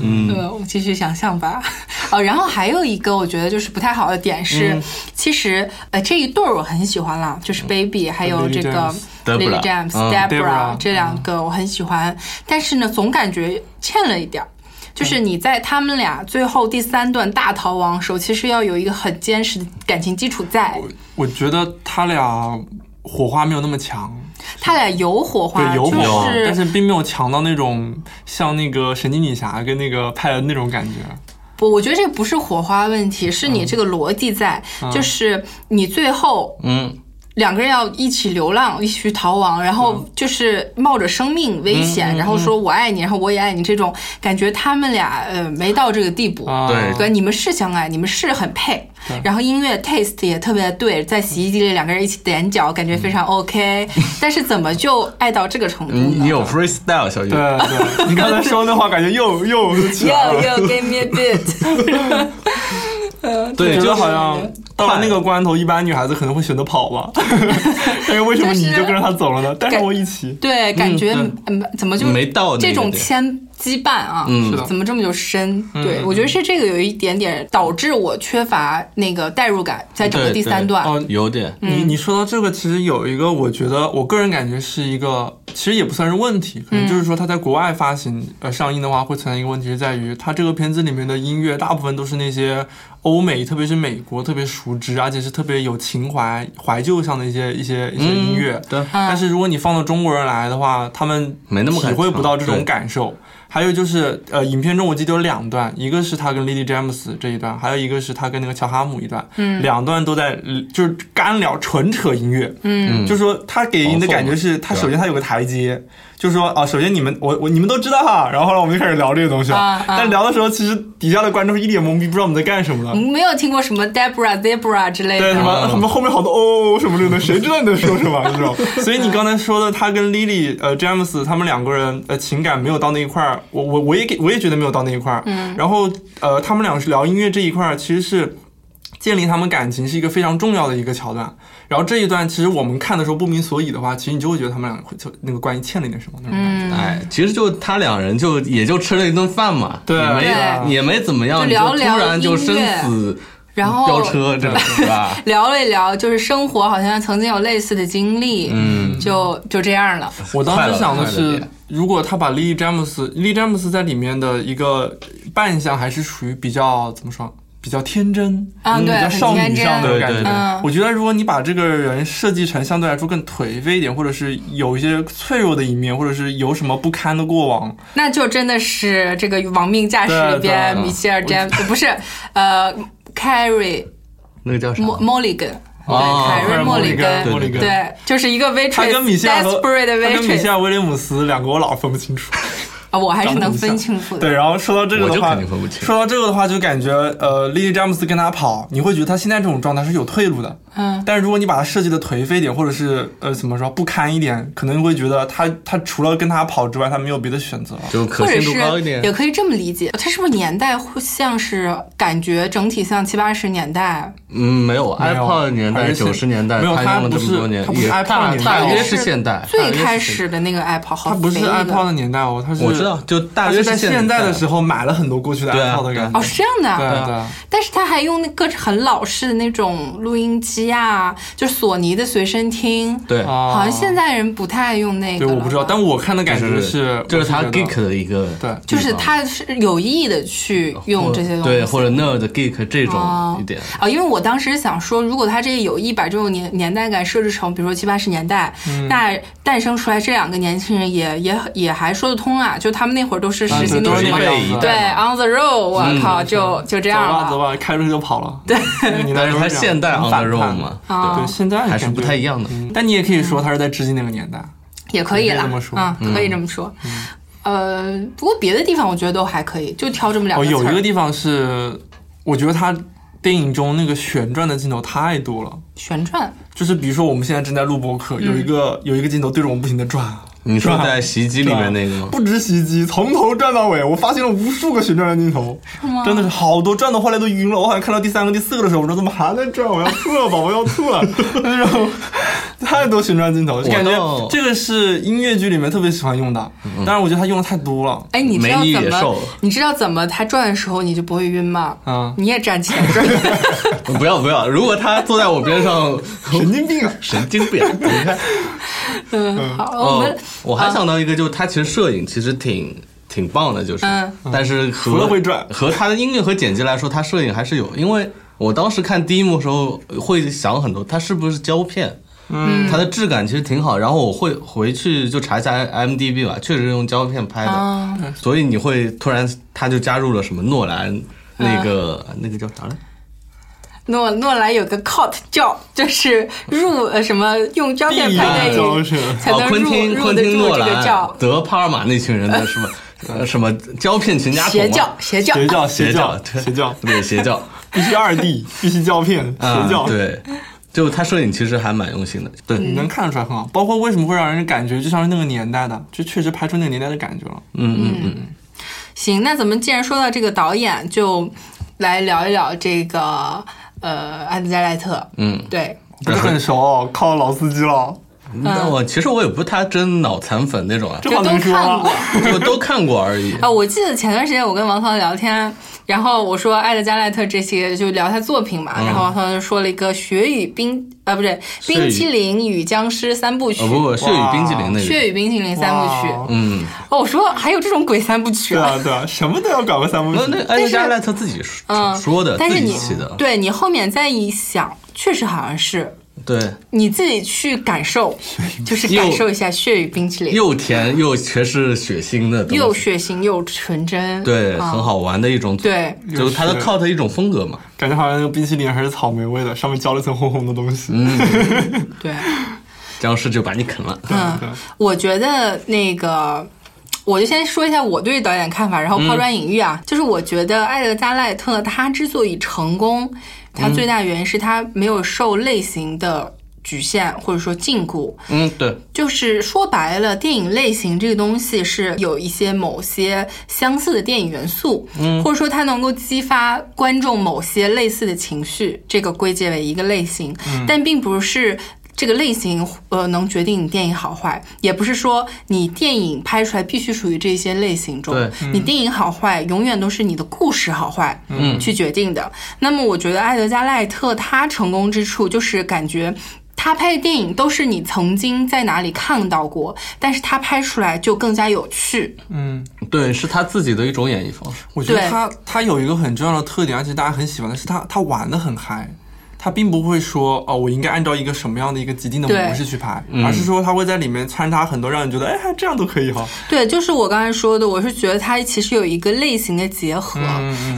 Speaker 2: 嗯，我们继续想象吧。哦，然后还有一个我觉得就是不太好的点是，其实呃这一对儿我很喜欢啦，就是 Baby 还有
Speaker 5: Lily
Speaker 2: 这个
Speaker 4: James
Speaker 2: Lily
Speaker 4: Deborah
Speaker 2: James、
Speaker 4: 嗯
Speaker 5: Deborah，
Speaker 2: 这两个我很喜欢，但是呢总感觉欠了一点儿。就是你在他们俩最后第三段大逃亡时候，其实要有一个很坚实的感情基础在。
Speaker 5: 我觉得他俩火花没有那么强，
Speaker 2: 他俩有火花，
Speaker 4: 啊
Speaker 5: 对，有火花，
Speaker 2: 就是
Speaker 5: 但是并没有强到那种像那个神奇女侠跟那个派恩那种感觉。
Speaker 2: 不，我觉得这不是火花问题，是你这个逻辑在，就是你最后
Speaker 4: 嗯，
Speaker 2: 两个人要一起流浪，一起去逃亡，然
Speaker 4: 嗯
Speaker 2: 后就是冒着生命危险，然后说我爱你，然后我也爱你，这种感觉他们俩呃没到这个地步。
Speaker 5: 啊，
Speaker 4: 对
Speaker 2: 对，你们是相爱，你们是很配，然后音乐 taste 也特别对，在洗衣机里两个人一起踮脚，感觉非
Speaker 4: 嗯
Speaker 2: 常 OK，但是怎么就爱到这个程度
Speaker 4: 你
Speaker 2: 呢
Speaker 4: 嗯 你？有 freestyle 小雨，
Speaker 5: 对对，你刚才说那话，感觉又又起来了
Speaker 2: Yo,。yo, give me a bit 呃。
Speaker 4: 对
Speaker 5: 觉
Speaker 4: 就
Speaker 5: 得
Speaker 4: 是
Speaker 5: 好像到了那个关头，一般女孩子可能会选择跑吧。 但是为什么你就跟着他走了呢？带上我一起。
Speaker 2: 对，感觉嗯，怎么就
Speaker 4: 没到那个嗯
Speaker 2: 这种
Speaker 4: 点
Speaker 2: 牵羁绊啊？
Speaker 5: 是的嗯
Speaker 2: 怎么这么就深？对我觉得是这个有一点点导致我缺乏那个代入感，在整个
Speaker 4: 对
Speaker 2: 第
Speaker 4: 对
Speaker 2: 三段。
Speaker 5: 哦
Speaker 4: 有点，
Speaker 5: 你你说到这个，其实有一个，我觉得我个人感觉是一个，其实也不算是问题，可能就是说它在国外发行呃上映的话，会存在一个问题是在于它这个片子里面的音乐大部分都是那些欧美，特别是美国特别熟知，而且是特别有情怀、怀旧向的一些一些一些音乐。
Speaker 4: 嗯对
Speaker 5: 但是如果你放到中国人来的话，他们
Speaker 4: 没那么
Speaker 5: 体
Speaker 4: 感
Speaker 5: 会不
Speaker 4: 受
Speaker 5: 到这种
Speaker 4: 对
Speaker 5: 感受。还有就是，呃，影片中我记得有两段，一个是他跟 Lily James 这一段，还有一个是他跟那个乔哈姆一段，嗯，两段都在嗯就是干聊纯扯音乐，嗯，就说他给人的感觉是，他
Speaker 4: 对
Speaker 5: 首先他有个台阶，就说啊，首先你们我我你们都知道哈，然后后来我们就开始聊这个东西了，
Speaker 2: 啊啊
Speaker 5: 但聊的时候其实底下的观众一脸懵逼，不知道我们在干什么了，
Speaker 2: 你没有听过什么 Debra Zebra 之类
Speaker 5: 对，什
Speaker 2: 的？
Speaker 5: 么什么后面好多哦什么之类的，谁知道你在说什么这种？所以你刚才说的，他跟 Lily 呃詹姆斯他们两个人呃情感没有到那一块儿，我我我也给我也觉得没有到那一块儿。嗯，然后呃他们俩是聊音乐这一块儿，其实是。建立他们感情是一个非常重要的一个桥段，然后这一段其实我们看的时候不明所以的话，其实你就会觉得他们俩会就那个关系欠了一点什么那种感
Speaker 2: 嗯
Speaker 5: 觉。
Speaker 4: 哎，其实就他两人就也就吃了一顿饭嘛，
Speaker 5: 对啊
Speaker 4: 也
Speaker 2: 对啊
Speaker 4: 没也没怎么样，
Speaker 2: 就
Speaker 4: 就
Speaker 2: 聊聊
Speaker 4: 突然就
Speaker 2: 音
Speaker 4: 生
Speaker 2: 乐
Speaker 4: 死
Speaker 2: 然后？
Speaker 4: 飙车这种是吧
Speaker 2: 聊了一聊，就是生活好像曾经有类似的经历，嗯，就就这样了。
Speaker 5: 我当时想的
Speaker 4: 快乐快乐
Speaker 5: 是
Speaker 4: 点，
Speaker 5: 如果他把莉莉詹姆斯，莉莉詹姆斯在里面的一个扮相还是属于比较怎么说，比较天真，
Speaker 2: 啊
Speaker 5: 嗯比
Speaker 2: 对
Speaker 5: 较
Speaker 2: 很
Speaker 5: 少
Speaker 2: 天
Speaker 5: 女
Speaker 2: 真
Speaker 5: 上的
Speaker 4: 对
Speaker 5: 感
Speaker 4: 对对
Speaker 5: 觉
Speaker 2: 嗯。
Speaker 5: 我觉得如果你把这个人设计成相对来说更颓废一点，或者是有一些脆弱的一面，或者是有什么不堪的 过往，
Speaker 2: 那就真的是这个《亡命驾驶》里边
Speaker 5: 对对
Speaker 2: 米歇尔詹不是呃 Carrie
Speaker 4: 那个叫啥？
Speaker 5: 啊
Speaker 2: 莫莫里根。对，
Speaker 4: 哦
Speaker 2: 凯瑞·莫里根，
Speaker 5: 凯瑞莫里根
Speaker 2: 对，就是一个 waitress，
Speaker 5: 他跟米歇尔和
Speaker 2: desperate
Speaker 5: 他跟米歇
Speaker 2: waitress，
Speaker 5: 尔威廉姆斯两个我老分不清楚。
Speaker 2: 啊，我还是
Speaker 5: 长得
Speaker 2: 能
Speaker 5: 很像
Speaker 2: 分清楚
Speaker 5: 对，
Speaker 2: 的。
Speaker 5: 然后说到这个
Speaker 4: 我
Speaker 5: 的
Speaker 4: 就
Speaker 5: 话
Speaker 4: 肯定分不，清
Speaker 5: 说到这个的话，就感觉呃，莉莉詹姆斯跟他跑，你会觉得他现在这种状态是有退路的。
Speaker 2: 嗯，
Speaker 5: 但是如果你把他设计的颓废一点，或者是呃怎么说不堪一点，可能会觉得他他除了跟他跑之外，他没有别的选择了。
Speaker 4: 就
Speaker 2: 或
Speaker 4: 可
Speaker 2: 者
Speaker 4: 信度
Speaker 2: 是
Speaker 4: 高一点
Speaker 2: 也。可以这么理解，它是不是年代会像是感觉整体像七八十年代？
Speaker 4: 嗯，没有
Speaker 5: 没有
Speaker 4: ，iPod 年代
Speaker 5: 还是
Speaker 4: 九十年代，
Speaker 5: 没有它
Speaker 4: 他用了这
Speaker 5: 不是
Speaker 4: 么多年，
Speaker 5: 它不是
Speaker 4: 也
Speaker 5: iPod
Speaker 4: 大
Speaker 5: 年代
Speaker 4: 大约
Speaker 2: 是
Speaker 4: 是现代，大
Speaker 2: 最
Speaker 4: 约是
Speaker 2: 开
Speaker 4: 现代
Speaker 2: 始的那个 Apple，好
Speaker 5: 他不是
Speaker 2: 肥那个
Speaker 5: iPod 的年代哦，他是
Speaker 4: 我知道，就大
Speaker 5: 他
Speaker 4: 约
Speaker 5: 是在
Speaker 4: 现
Speaker 5: 现在的时
Speaker 4: 候，
Speaker 5: 候买了很多过去的
Speaker 4: 对啊
Speaker 5: iPod 的感觉
Speaker 2: 哦，。是这样的啊，
Speaker 5: 对
Speaker 4: 啊
Speaker 5: 对。
Speaker 2: 但是他还用那个很老式的那种录音机啊，就是索尼的随身听，
Speaker 4: 对，
Speaker 5: 啊
Speaker 2: 好像现在人不太用那个
Speaker 5: 对，
Speaker 2: 了吧。
Speaker 5: 我不知道，但我看的感觉
Speaker 4: 是
Speaker 5: 是，
Speaker 4: 这是他
Speaker 5: 我觉得
Speaker 4: geek 的一个
Speaker 5: 对
Speaker 2: 就是他是有意的去用这些东西，
Speaker 4: 对，或者 nerd geek 这
Speaker 2: 哦
Speaker 4: 种一点，
Speaker 2: 啊，因为我当时想说，如果他这有意把这种年年代感设置成，比如说七八十年代，
Speaker 5: 嗯
Speaker 2: 那诞生出来这两个年轻人也也也还说得通啊，就他们那会儿都是实行那
Speaker 5: 对都
Speaker 2: 种
Speaker 5: 是
Speaker 2: 什
Speaker 5: 那
Speaker 2: 么
Speaker 5: 个样
Speaker 4: 对
Speaker 5: 子。嗯
Speaker 2: 对 on the road，我靠，就就这样
Speaker 5: 走吧
Speaker 2: 了
Speaker 5: 走。吧，开车就跑了。对，
Speaker 4: 但是他现代 on the road 嘛，
Speaker 2: 啊
Speaker 5: 对，现在
Speaker 4: 还是
Speaker 5: 感
Speaker 4: 不
Speaker 5: 觉
Speaker 4: 太一样的。
Speaker 5: 嗯哦但你也可以说他是在致敬那个年代。
Speaker 2: 也可以啦，
Speaker 5: 可以这么说
Speaker 2: 嗯，可以这么说。呃，不过别的地方我觉得都还可以，就挑这么两
Speaker 5: 哦，
Speaker 2: 个词
Speaker 5: 有
Speaker 2: 儿。
Speaker 5: 一个地方是，我觉得他电影中那个旋转的镜头太多了。
Speaker 2: 旋转
Speaker 5: 嗯就是比如说，我们现在正在录播客，有一个有一个镜头对着我们不停的转，
Speaker 4: 你说在洗衣机里面那个吗？
Speaker 5: 不止洗衣机，从头转到尾，我发现了无数个旋转的镜头，真的是好多转到后来都晕了。我好像看到第三个、第四个的时候，我说怎么还在转？我要吐了吧，我要吐了！那种太多旋转镜头，就感觉
Speaker 4: 到
Speaker 5: 这个嗯是音乐剧里面特别喜欢用的。当然，我觉得他用的太多了。
Speaker 2: 哎，你知道
Speaker 4: 美女
Speaker 2: 怎
Speaker 4: 野
Speaker 2: 么
Speaker 4: 兽？
Speaker 2: 你知道怎么他转的时候你就不会晕吗？
Speaker 5: 啊
Speaker 2: 你也站起来 转。
Speaker 4: 不要不要，如果他坐在我边上，
Speaker 5: 神经病啊！
Speaker 4: 神经病。你看，
Speaker 2: 嗯，好，我
Speaker 4: 哦
Speaker 2: 们，
Speaker 4: 我还想到一个，就是他其实摄影其实挺。挺棒的，就是，
Speaker 2: 嗯
Speaker 4: 但是
Speaker 5: 除了
Speaker 4: 和
Speaker 5: 会转
Speaker 4: 和他的音乐和剪辑来说，他摄影还是有，因为我当时看第一幕的时候会想很多，他是不是胶片？嗯，它的质感其实挺好。然后我会回去就查一
Speaker 2: 嗯
Speaker 4: 下 m d b 吧，确实是用胶片拍的，
Speaker 2: 啊
Speaker 4: 所以你会突然他就加入了什么诺兰那个、那个叫啥来？
Speaker 2: 诺诺兰有个 cot 叫，就是入呃什么用胶片拍
Speaker 5: 地
Speaker 2: 电
Speaker 5: 胶
Speaker 2: 影
Speaker 5: 是
Speaker 2: 才
Speaker 4: 哦，
Speaker 2: 能
Speaker 4: 昆
Speaker 2: 入、
Speaker 4: 汀
Speaker 2: 入
Speaker 4: 昆
Speaker 2: 得
Speaker 4: 汀
Speaker 2: 住
Speaker 4: 诺
Speaker 2: 这个
Speaker 4: 兰
Speaker 2: 叫
Speaker 4: 德帕尔玛那群人 的是吧？呃什么胶片全家桶
Speaker 2: 邪
Speaker 4: 吗
Speaker 2: 教邪教
Speaker 5: 邪教，
Speaker 4: 邪
Speaker 5: 教，
Speaker 4: 对
Speaker 5: 邪教，
Speaker 4: 对 邪教
Speaker 5: 必须二 D，必须胶片，
Speaker 4: 啊
Speaker 5: 邪教。，
Speaker 4: 对，就他摄影其实还蛮用心的，对，
Speaker 2: 嗯
Speaker 4: 嗯
Speaker 5: 你能看得出来很好。包括为什么会让人感觉就像是那个年代的，就确实拍出那个年代的感觉了。
Speaker 4: 嗯嗯嗯，
Speaker 2: 行，那咱们既然说到这个导演，就来聊一聊这个呃安德加莱特。
Speaker 4: 嗯，
Speaker 2: 对，
Speaker 5: 不是很熟，靠老司机了，
Speaker 2: 嗯
Speaker 4: 那我其实我也不太真脑残粉那种啊，
Speaker 5: 这
Speaker 2: 就
Speaker 5: 话
Speaker 2: 都
Speaker 5: 能说
Speaker 2: 看
Speaker 5: 吗
Speaker 2: 过。
Speaker 4: 我都看过 而已。
Speaker 2: 啊，我记得前段时间我跟王涛聊天，然后我说艾德加莱特这些就聊他作品嘛，然后王涛就说了一个《雪与冰》啊，不对，《
Speaker 4: 嗯血与
Speaker 2: 冰淇淋与僵尸》三部曲，
Speaker 4: 哦不不，血与冰淇淋
Speaker 2: 《
Speaker 4: 那个，
Speaker 2: 血与冰淇淋》三部曲。
Speaker 5: 哇
Speaker 4: 嗯，
Speaker 2: 哦，我说还有这种鬼三部曲
Speaker 5: 对啊，对啊，什么都要搞个三部
Speaker 4: 那
Speaker 5: 曲。
Speaker 4: 那安德加莱特自己说
Speaker 2: 嗯
Speaker 4: 说的，
Speaker 2: 但
Speaker 4: 自
Speaker 2: 是
Speaker 4: 己
Speaker 2: 你
Speaker 4: 起的，
Speaker 2: 对你后面再一想，确实好像是
Speaker 4: 对，
Speaker 2: 你自己去感 受，就是感受一下《血与冰淇淋》，
Speaker 4: 又甜又全是血腥的东西，
Speaker 2: 又血腥又纯真，
Speaker 4: 对，
Speaker 2: 啊
Speaker 4: 很好玩的一种，，
Speaker 2: 对，
Speaker 4: 就是他的 cult 一种风格嘛，
Speaker 5: 感觉好像那个冰淇淋还是草莓味的，上面浇了一层红红的东西。嗯，
Speaker 2: 对。
Speaker 4: 僵尸就把你啃了。
Speaker 5: 对啊
Speaker 2: 嗯，我觉得那个，我就先说一下我对导演看法，然后抛砖引玉
Speaker 4: 嗯
Speaker 2: 啊。就是我觉得艾德加赖特他之所以成功，他
Speaker 4: 嗯
Speaker 2: 最大原因是他没有受类型的局限或者说禁锢。
Speaker 4: 嗯，对，
Speaker 2: 就是说白了，电影类型这个东西是有一些某些相似的电影元素，嗯，或者说它能够激发观众某些类似的情绪，这个归结为一个类型，但并不是。这个类型，呃，能决定你电影好坏，也不是说你电影拍出来必须属于这些类型中。
Speaker 4: 对
Speaker 2: 你电影好坏永远都是你的故事好坏，嗯，去决定的。那么，我觉得艾德加·赖特他成功之处就是感觉他拍的电影都是你曾经在哪里看到过，但是他拍出来就更加有趣。
Speaker 4: 对，是他自己的一种演绎方式。
Speaker 5: 我觉得
Speaker 2: 对
Speaker 5: 他他有一个很重要的特点，而且大家很喜欢的是他他玩的很嗨。他并不会说哦，我应该按照一个什么样的一个既定的
Speaker 2: 对
Speaker 5: 模式去拍，而是说他会在里面穿插很多让你觉得哎，这样都可以哈。
Speaker 2: 对，就是我刚才说的，我是觉得它其实有一个类型的结合，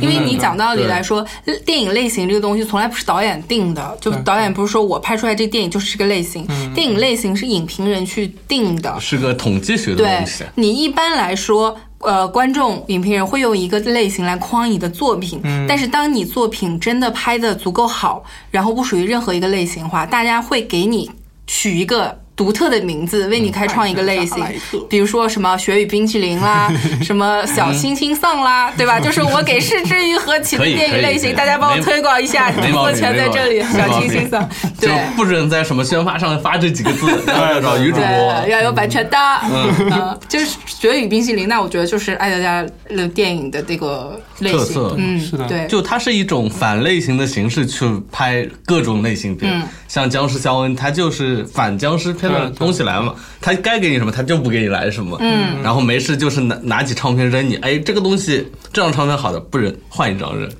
Speaker 2: 因为你讲道理来说，电影类型这个东西从来不是导演定的，就导演不是说我拍出来这电影就是这个类型，电影类型是影评人去定的，
Speaker 4: 是个统计学的
Speaker 2: 对
Speaker 4: 东西。
Speaker 2: 你一般来说，呃，观众、影评人会用一个类型来框你的作品，
Speaker 4: 嗯
Speaker 2: 但是当你作品真的拍的足够好，然后不属于任何一个类型的话，大家会给你取一个。独特的名字为你开创一个类型
Speaker 5: 嗯艾德加莱特，
Speaker 2: 比如说什么《雪与冰淇淋》 啦，什么《小星星丧》啦，对吧？就是我给失之愈合起的
Speaker 4: 嗯可以
Speaker 2: 电影
Speaker 4: 可以
Speaker 2: 类
Speaker 4: 可
Speaker 2: 型，
Speaker 4: 以
Speaker 2: 大家帮我
Speaker 4: 没
Speaker 2: 推广一下，
Speaker 4: 没
Speaker 2: 著
Speaker 4: 毛
Speaker 2: 作
Speaker 4: 病
Speaker 2: 权
Speaker 4: 没
Speaker 2: 在
Speaker 4: 毛
Speaker 2: 这里，《
Speaker 4: 病
Speaker 2: 小
Speaker 4: 没毛
Speaker 2: 星星
Speaker 4: 病
Speaker 2: 丧》
Speaker 4: 就
Speaker 2: 对。
Speaker 4: 不准在什么宣发上发这几个字，然后要找女主
Speaker 2: 对，
Speaker 4: 播。
Speaker 2: 要有版权的。 嗯，就是《雪与冰淇淋》，那我觉得就是爱德加的电影的这个类型。
Speaker 4: 特色
Speaker 2: 嗯，
Speaker 5: 是的
Speaker 2: 对，
Speaker 4: 就它是一种反类型的形式去拍各种类型片，
Speaker 2: 嗯
Speaker 4: 像僵尸肖恩，它就是反僵尸片的
Speaker 5: 对对
Speaker 4: 东西来嘛，它该给你什么，它就不给你来什么，嗯，然后没事就是拿拿起唱片扔你，哎，这个东西这张唱片好的不扔，换一张扔，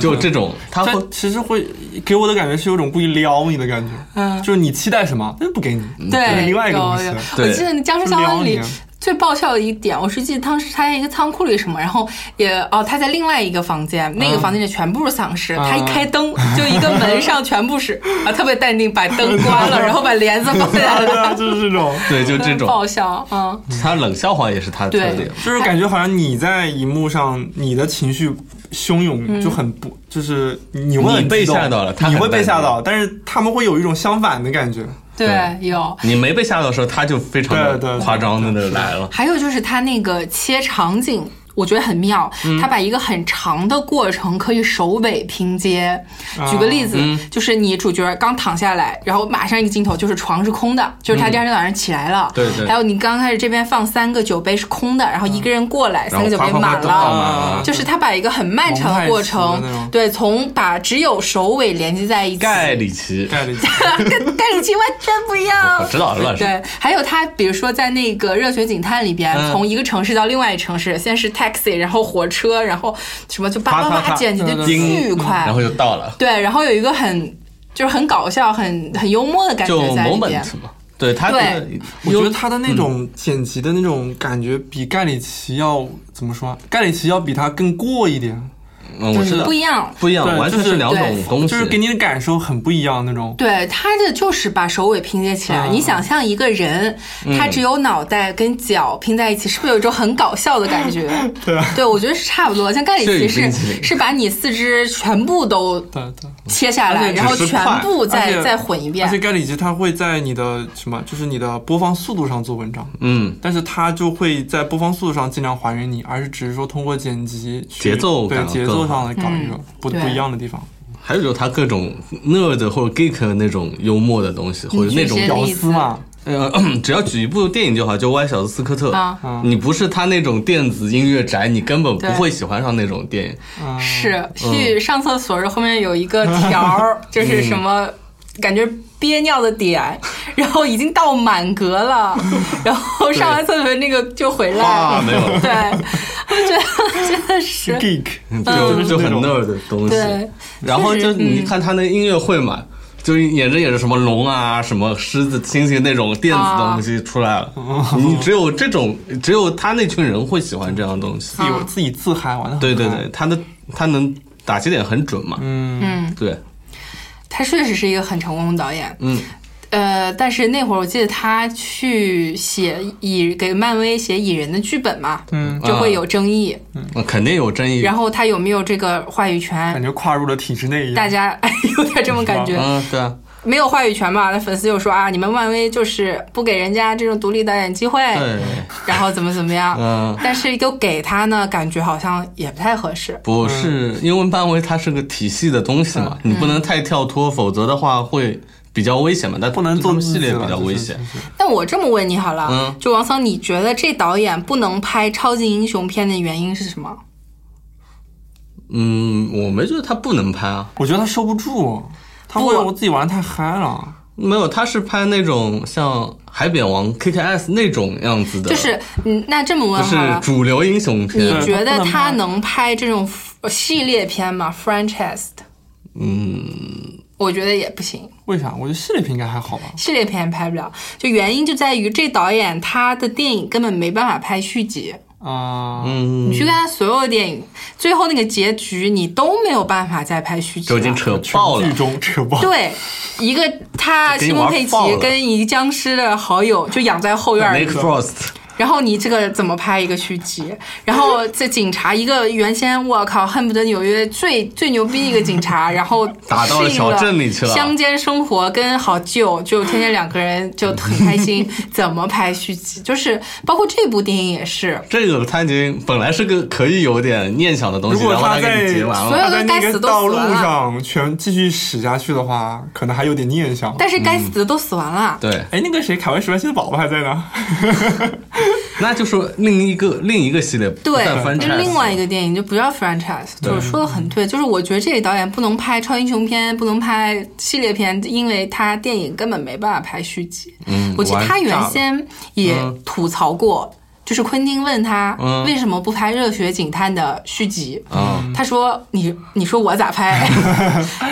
Speaker 4: 就这种，它 会
Speaker 5: 他其实会给我的感觉是有种故意撩你的感觉，嗯，就是你期待什么，他就不给你，给
Speaker 2: 对，
Speaker 5: 你另外一个东西
Speaker 2: 有有。
Speaker 4: 对
Speaker 2: 我记得《僵尸肖恩》里
Speaker 5: 撩你。
Speaker 2: 最爆笑的一点，我是记得当时他在一个仓库里什么，然后也哦，他在另外一个房间，那
Speaker 4: 嗯
Speaker 2: 个房间里全部是丧
Speaker 5: 啊
Speaker 2: 尸，他一开灯就一个门上全部是， 啊，特别淡定，把灯关 了，然后把帘子放下
Speaker 5: 对
Speaker 2: 来，
Speaker 5: 啊，就是这种。
Speaker 4: 对，就这种，
Speaker 2: 爆笑，嗯，
Speaker 4: 它冷笑话也是它的特
Speaker 2: 对
Speaker 4: 点，
Speaker 5: 就是感觉好像你在荧幕上，你的情绪汹涌就很不，就是你会很
Speaker 4: 你被
Speaker 5: 激动
Speaker 4: 吓到了他
Speaker 5: 你
Speaker 4: 很
Speaker 5: 会被
Speaker 4: 淡定
Speaker 5: 吓到，但是他们会有一种相反的感觉，
Speaker 2: 对，有。
Speaker 4: 你没被吓到的时候，他就非常
Speaker 5: 对对
Speaker 4: 的
Speaker 5: 对
Speaker 4: 夸张的来了。
Speaker 2: 还有就是他那个切场景。我觉得很妙，
Speaker 4: 嗯
Speaker 2: 他把一个很长的过程可以首尾拼接。举个
Speaker 4: 啊
Speaker 2: 例子，
Speaker 4: 嗯
Speaker 2: 就是你主角刚躺下来，然后马上一个镜头就是床是空的，就是他第二天早上起来了。
Speaker 4: 嗯对对
Speaker 2: 还有你刚开始这边放三个酒杯是空的，然后一个人过来，
Speaker 4: 嗯然
Speaker 2: 三
Speaker 4: 后
Speaker 2: 个酒
Speaker 4: 夸
Speaker 2: 杯
Speaker 4: 夸夸
Speaker 2: 满
Speaker 4: 都倒
Speaker 2: 了。
Speaker 4: 满了，
Speaker 2: 就是他把一个很漫长的过
Speaker 5: 蒙太
Speaker 2: 程
Speaker 5: 奇的那种，
Speaker 2: 对，从把只有首尾连接在一起。
Speaker 4: 盖里奇，
Speaker 5: 盖里奇，
Speaker 2: 跟盖里奇完全不一样。
Speaker 4: 我知道啊乱说。
Speaker 2: 对，还有他，比如说在那个《热血警探》里边，
Speaker 4: 嗯
Speaker 2: 从一个城市到另外一城市，先是 taxi，然后火车，然后什么就叭
Speaker 4: 啪
Speaker 2: 叭
Speaker 4: 啪
Speaker 2: 叭，
Speaker 4: 啪嗯
Speaker 2: 简直就
Speaker 4: 叮
Speaker 2: 巨快
Speaker 4: 然。后就到了，
Speaker 2: 对，然后有一个很就是很搞笑、很很幽默的感
Speaker 4: 就
Speaker 2: 觉在里边。
Speaker 4: moment 嘛。对他，
Speaker 2: 对
Speaker 5: 我觉得他的那
Speaker 4: 嗯
Speaker 5: 种剪辑的那种感觉，比盖里奇要怎么说啊？盖里奇要比他更过一点，
Speaker 4: 嗯，我知道
Speaker 2: 不一样。
Speaker 4: 不一样，
Speaker 5: 对
Speaker 4: 完全
Speaker 5: 就是
Speaker 4: 是两
Speaker 2: 对
Speaker 4: 种东西。
Speaker 5: 就是给你的感受很不一样那种。
Speaker 2: 对，他的就是把首尾拼接起来。
Speaker 5: 啊
Speaker 4: 嗯
Speaker 2: 你想象一个人，他只有脑袋跟脚拼在一起，是不是有一种很搞笑的感 觉？
Speaker 5: 对啊，
Speaker 2: 对，我觉得是差不多。像盖里奇
Speaker 4: 这与冰淇
Speaker 2: 是
Speaker 4: 淋
Speaker 2: 是把你四肢全部都
Speaker 5: 对对。
Speaker 2: 切下
Speaker 5: 而
Speaker 2: 来，
Speaker 5: 且
Speaker 2: 然后
Speaker 4: 只是
Speaker 2: 全
Speaker 4: 快
Speaker 2: 部
Speaker 5: 而
Speaker 2: 再
Speaker 5: 且
Speaker 2: 再混一遍
Speaker 5: 而且。盖里奇他会在你的什么，就是你的播放速度上做文章，
Speaker 4: 嗯，
Speaker 5: 但是他就会在播放速度上尽量还原你，而是只是说通过剪辑去
Speaker 4: 节奏
Speaker 5: 对
Speaker 4: 感
Speaker 5: 节
Speaker 4: 更
Speaker 5: 奏
Speaker 4: 好
Speaker 5: 上来搞一个
Speaker 2: 嗯
Speaker 5: 不
Speaker 2: 对
Speaker 5: 不一样的地方。
Speaker 4: 还有就是他各种 nerd 或者 geek 的那种幽默的东西，或者那种
Speaker 2: 你举些
Speaker 5: 屌
Speaker 2: 例
Speaker 5: 丝嘛，
Speaker 4: 呃， 只要举一部电影就好，就《歪小子斯科特》
Speaker 5: 嗯
Speaker 2: 啊
Speaker 4: 你不是他那种电子音乐宅，你根本不
Speaker 2: 对
Speaker 4: 会喜欢上那种电影。
Speaker 5: 嗯
Speaker 2: 是去上厕所时候后面有一个条 儿，就是
Speaker 5: 嗯
Speaker 2: 什么感觉憋尿的点，然后已经到满格了，然后上完厕所那个就回来
Speaker 4: 哇，，没有，
Speaker 2: 对，我觉得真的是
Speaker 5: geek，
Speaker 4: 就就
Speaker 5: 那
Speaker 4: 很
Speaker 5: 种
Speaker 4: nerd 的东西。
Speaker 2: 对，
Speaker 4: 然后
Speaker 2: 确
Speaker 4: 就
Speaker 2: 实
Speaker 5: 嗯
Speaker 4: 你看他那音乐会嘛，就是演着演着什么龙啊、什么狮子、猩猩那种电子东西出来了，
Speaker 5: 啊
Speaker 4: 你只有这种，只有他那群人会喜欢这样的东西。
Speaker 5: 自己自己自嗨玩的。
Speaker 4: 对对对，，他的他能打击点很准嘛？
Speaker 5: 嗯，
Speaker 4: 对，
Speaker 2: 他确实是一个很成功的导演。
Speaker 4: 嗯，
Speaker 2: 呃，但是那会儿我记得他去写蚁给漫威写蚁人的剧本嘛，
Speaker 5: 嗯，
Speaker 2: 就会有争议。
Speaker 4: 那嗯肯定有争议。
Speaker 2: 然后他有没有这个话语权
Speaker 5: 感？觉跨入了体制内一
Speaker 2: 嗯大
Speaker 5: 样。
Speaker 2: 家 有点这种感觉，
Speaker 4: 嗯，对啊，
Speaker 2: 没有话语权嘛？那粉丝就说啊，你们漫威就是不给人家这种独立导演机会，
Speaker 4: 对，
Speaker 2: 然后怎么怎么样。
Speaker 4: 嗯。
Speaker 2: 但是又给他呢，感觉好像也不太合适。
Speaker 5: 嗯
Speaker 4: 不是，因为漫威它是个体系的东西嘛，你不能太跳脱，否则的话会比较危险嘛。但
Speaker 5: 嗯不能
Speaker 4: 他
Speaker 5: 做
Speaker 4: 们
Speaker 5: 自
Speaker 4: 系
Speaker 5: 己
Speaker 4: 列
Speaker 5: 了
Speaker 4: 比较
Speaker 5: 就是
Speaker 4: 危险
Speaker 5: 就，是
Speaker 2: 但我这么问你好了，
Speaker 4: 嗯
Speaker 2: 就王桑，你觉得这导演不能拍超级英雄片的原因是什么？
Speaker 4: 嗯，我没觉得他不能拍啊，
Speaker 5: 我觉得他收不住，他会
Speaker 2: 不
Speaker 5: 让我自己玩的太嗨了。
Speaker 4: 没有，他是拍那种像海扁王 KKS 那种样子的，
Speaker 2: 就是嗯，那这么
Speaker 4: 不
Speaker 2: 问好
Speaker 4: 是
Speaker 2: 了，
Speaker 4: 主流英雄
Speaker 2: 你
Speaker 4: 片，
Speaker 2: 觉得
Speaker 5: 不能
Speaker 2: 他
Speaker 5: 拍
Speaker 2: 能拍这种呃系列片吗？franchise？嗯，我觉得也不行。
Speaker 5: 为啥？我觉得系列片应该还好吧。
Speaker 2: 系列片拍不了，就原因就在于这导演他的电影根本没办法拍续集。
Speaker 5: 啊、
Speaker 4: 嗯，
Speaker 2: 你去看他所有的电影，最后那个结局你都没有办法再拍续集
Speaker 4: 就
Speaker 2: 了。
Speaker 4: 已经扯爆了
Speaker 5: 剧。中扯爆。
Speaker 2: 对，一个他
Speaker 4: 给
Speaker 2: 西
Speaker 4: 你
Speaker 2: 蒙
Speaker 4: 玩
Speaker 2: 佩
Speaker 4: 爆
Speaker 2: 奇
Speaker 4: 了
Speaker 2: 跟一个僵尸的好友就养在后院
Speaker 4: Nick
Speaker 2: 里，
Speaker 4: Frost，
Speaker 2: 然后你这个怎么拍一个续集？然后这警察一个原先我靠恨不得纽约最最牛逼一个警察， 然后
Speaker 4: 打到了
Speaker 2: 适应
Speaker 4: 小镇里去了
Speaker 2: 乡间生活跟好舅就天天两个人就很开 心，怎么拍续集？就是包括这部电影也是，
Speaker 4: 这个他已经本来是个可以有点念想的东
Speaker 5: 如
Speaker 4: 西，
Speaker 5: 果
Speaker 4: 然后
Speaker 5: 他
Speaker 4: 给你
Speaker 5: 在
Speaker 4: 截完
Speaker 2: 所有
Speaker 5: 他
Speaker 4: 了，
Speaker 5: 在那
Speaker 2: 该死
Speaker 5: 个
Speaker 2: 都
Speaker 5: 道
Speaker 2: 死
Speaker 5: 路
Speaker 2: 完了
Speaker 5: 上全继续驶下去的话，可能还有点念想。
Speaker 2: 但是该死的都死完了。
Speaker 4: 嗯对，
Speaker 5: 哎，那个谁，凯文·史派西的宝宝还在 呢。
Speaker 4: 那就说另一个另一个系列，不
Speaker 2: 对
Speaker 4: 再，翻
Speaker 2: 就
Speaker 4: 拆，
Speaker 2: 另外一个电影就不叫 franchise，就是说的很对，就是我觉得这个导演不能拍超英雄片，不能拍系列片，因为他电影根本没办法拍续集。
Speaker 4: 嗯
Speaker 2: 我记得他
Speaker 4: 完
Speaker 2: 原
Speaker 4: 炸了
Speaker 2: 先也吐槽过，就是昆汀问他
Speaker 4: 嗯
Speaker 2: 为什么不拍《热血警探》的续集，
Speaker 4: 啊。
Speaker 2: 他说：“你你说我咋 拍？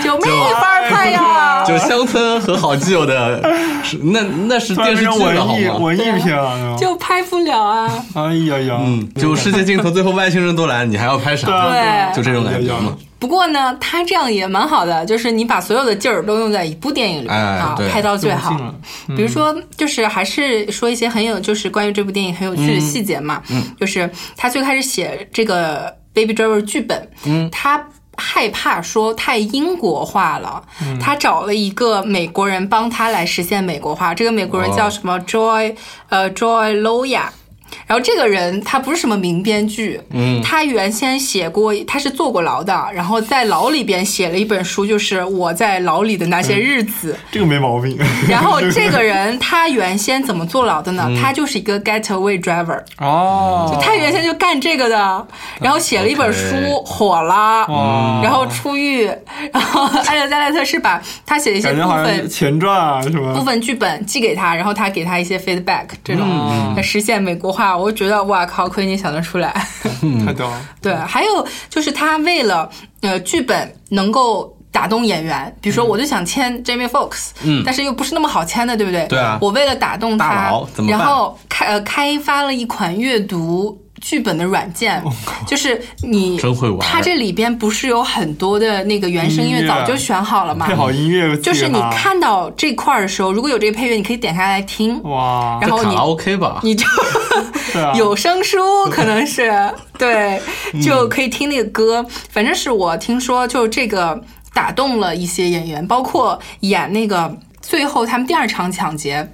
Speaker 2: 就没法拍呀。”
Speaker 4: 就是乡村和好基友的，是那那是
Speaker 5: 突然
Speaker 4: 电视
Speaker 5: 变
Speaker 4: 剧
Speaker 5: 成
Speaker 4: 了好
Speaker 5: 文艺
Speaker 4: 吗？
Speaker 5: 文艺片了。
Speaker 2: 啊就拍不了啊！
Speaker 5: 哎呀呀，
Speaker 4: 嗯，就世界尽头，最后外星人都来，你还要拍啥？
Speaker 2: 对
Speaker 4: 就这种感觉
Speaker 5: 哎呀
Speaker 4: 嘛
Speaker 5: 呀。
Speaker 2: 不过呢，他这样也蛮好的，就是你把所有的劲儿都用在一部电影里面、
Speaker 4: 哎
Speaker 2: 啊，
Speaker 4: 对
Speaker 2: 拍到最好
Speaker 5: 用尽了。
Speaker 2: 比如说，就是还是说一些很有，就是关于这部电影很有趣的细节嘛。嗯，就是他最开始写这个《Baby Driver》剧本，嗯，他。害怕说太英国化了，他找了一个美国人帮他来实现美国化。这个美国人叫什么？Joy，、呃，Joy Loya。然后这个人他不是什么名编剧，嗯，他原先写过，他是坐过牢的，然后在牢里边写了一本书，就是我在牢里的那些日子。
Speaker 5: 这个没毛病。
Speaker 2: 然后这个人他原先怎么坐牢的呢？他就是一个 getaway driver，
Speaker 5: 嗯哦，
Speaker 2: 他原先就干这个的，然后写了一本书
Speaker 4: OK
Speaker 2: 火了
Speaker 5: 哇，
Speaker 2: 然后出狱，然后艾略加赖特是把他写的一些
Speaker 5: 感
Speaker 2: 部
Speaker 5: 觉好像是
Speaker 2: 分。
Speaker 5: 前传啊，是
Speaker 2: 部
Speaker 5: 吧？
Speaker 2: 分剧本寄给他，然后他给他一些 feedback，这种、
Speaker 5: 嗯
Speaker 2: 来实现美国化，我觉得哇靠，亏你想得出来。
Speaker 5: 太逗了。
Speaker 2: 对，
Speaker 4: 嗯
Speaker 2: 还有就是他为了呃剧本能够。打动演员，比如
Speaker 4: 嗯
Speaker 2: 说我就想签 Jamie Fox，嗯，但是又不是那么好签的，对不对？
Speaker 4: 对啊
Speaker 2: 我为了打动
Speaker 4: 大
Speaker 2: 他
Speaker 4: 佬怎，么
Speaker 2: 然
Speaker 4: 办
Speaker 2: 后开呃开发了一款阅读剧本的软 件，就是你
Speaker 4: 真会玩
Speaker 2: 它这里边不是有很多的那个原声音
Speaker 5: 音
Speaker 2: 乐
Speaker 5: 乐
Speaker 4: 啊
Speaker 2: 早就选好了吗？
Speaker 5: 配好音乐，
Speaker 2: 就是你看到这块儿的时候，如果有这个配乐，你可以点下来听，
Speaker 5: 哇，
Speaker 2: 然后
Speaker 4: 卡
Speaker 2: 你
Speaker 4: 拉 OK 吧？
Speaker 2: 你就
Speaker 5: 对啊
Speaker 2: 有声书，可能 是对，就可以听那个歌。反正是我听说，就这个打动了一些演员，包括演那个最后他们第二场抢劫。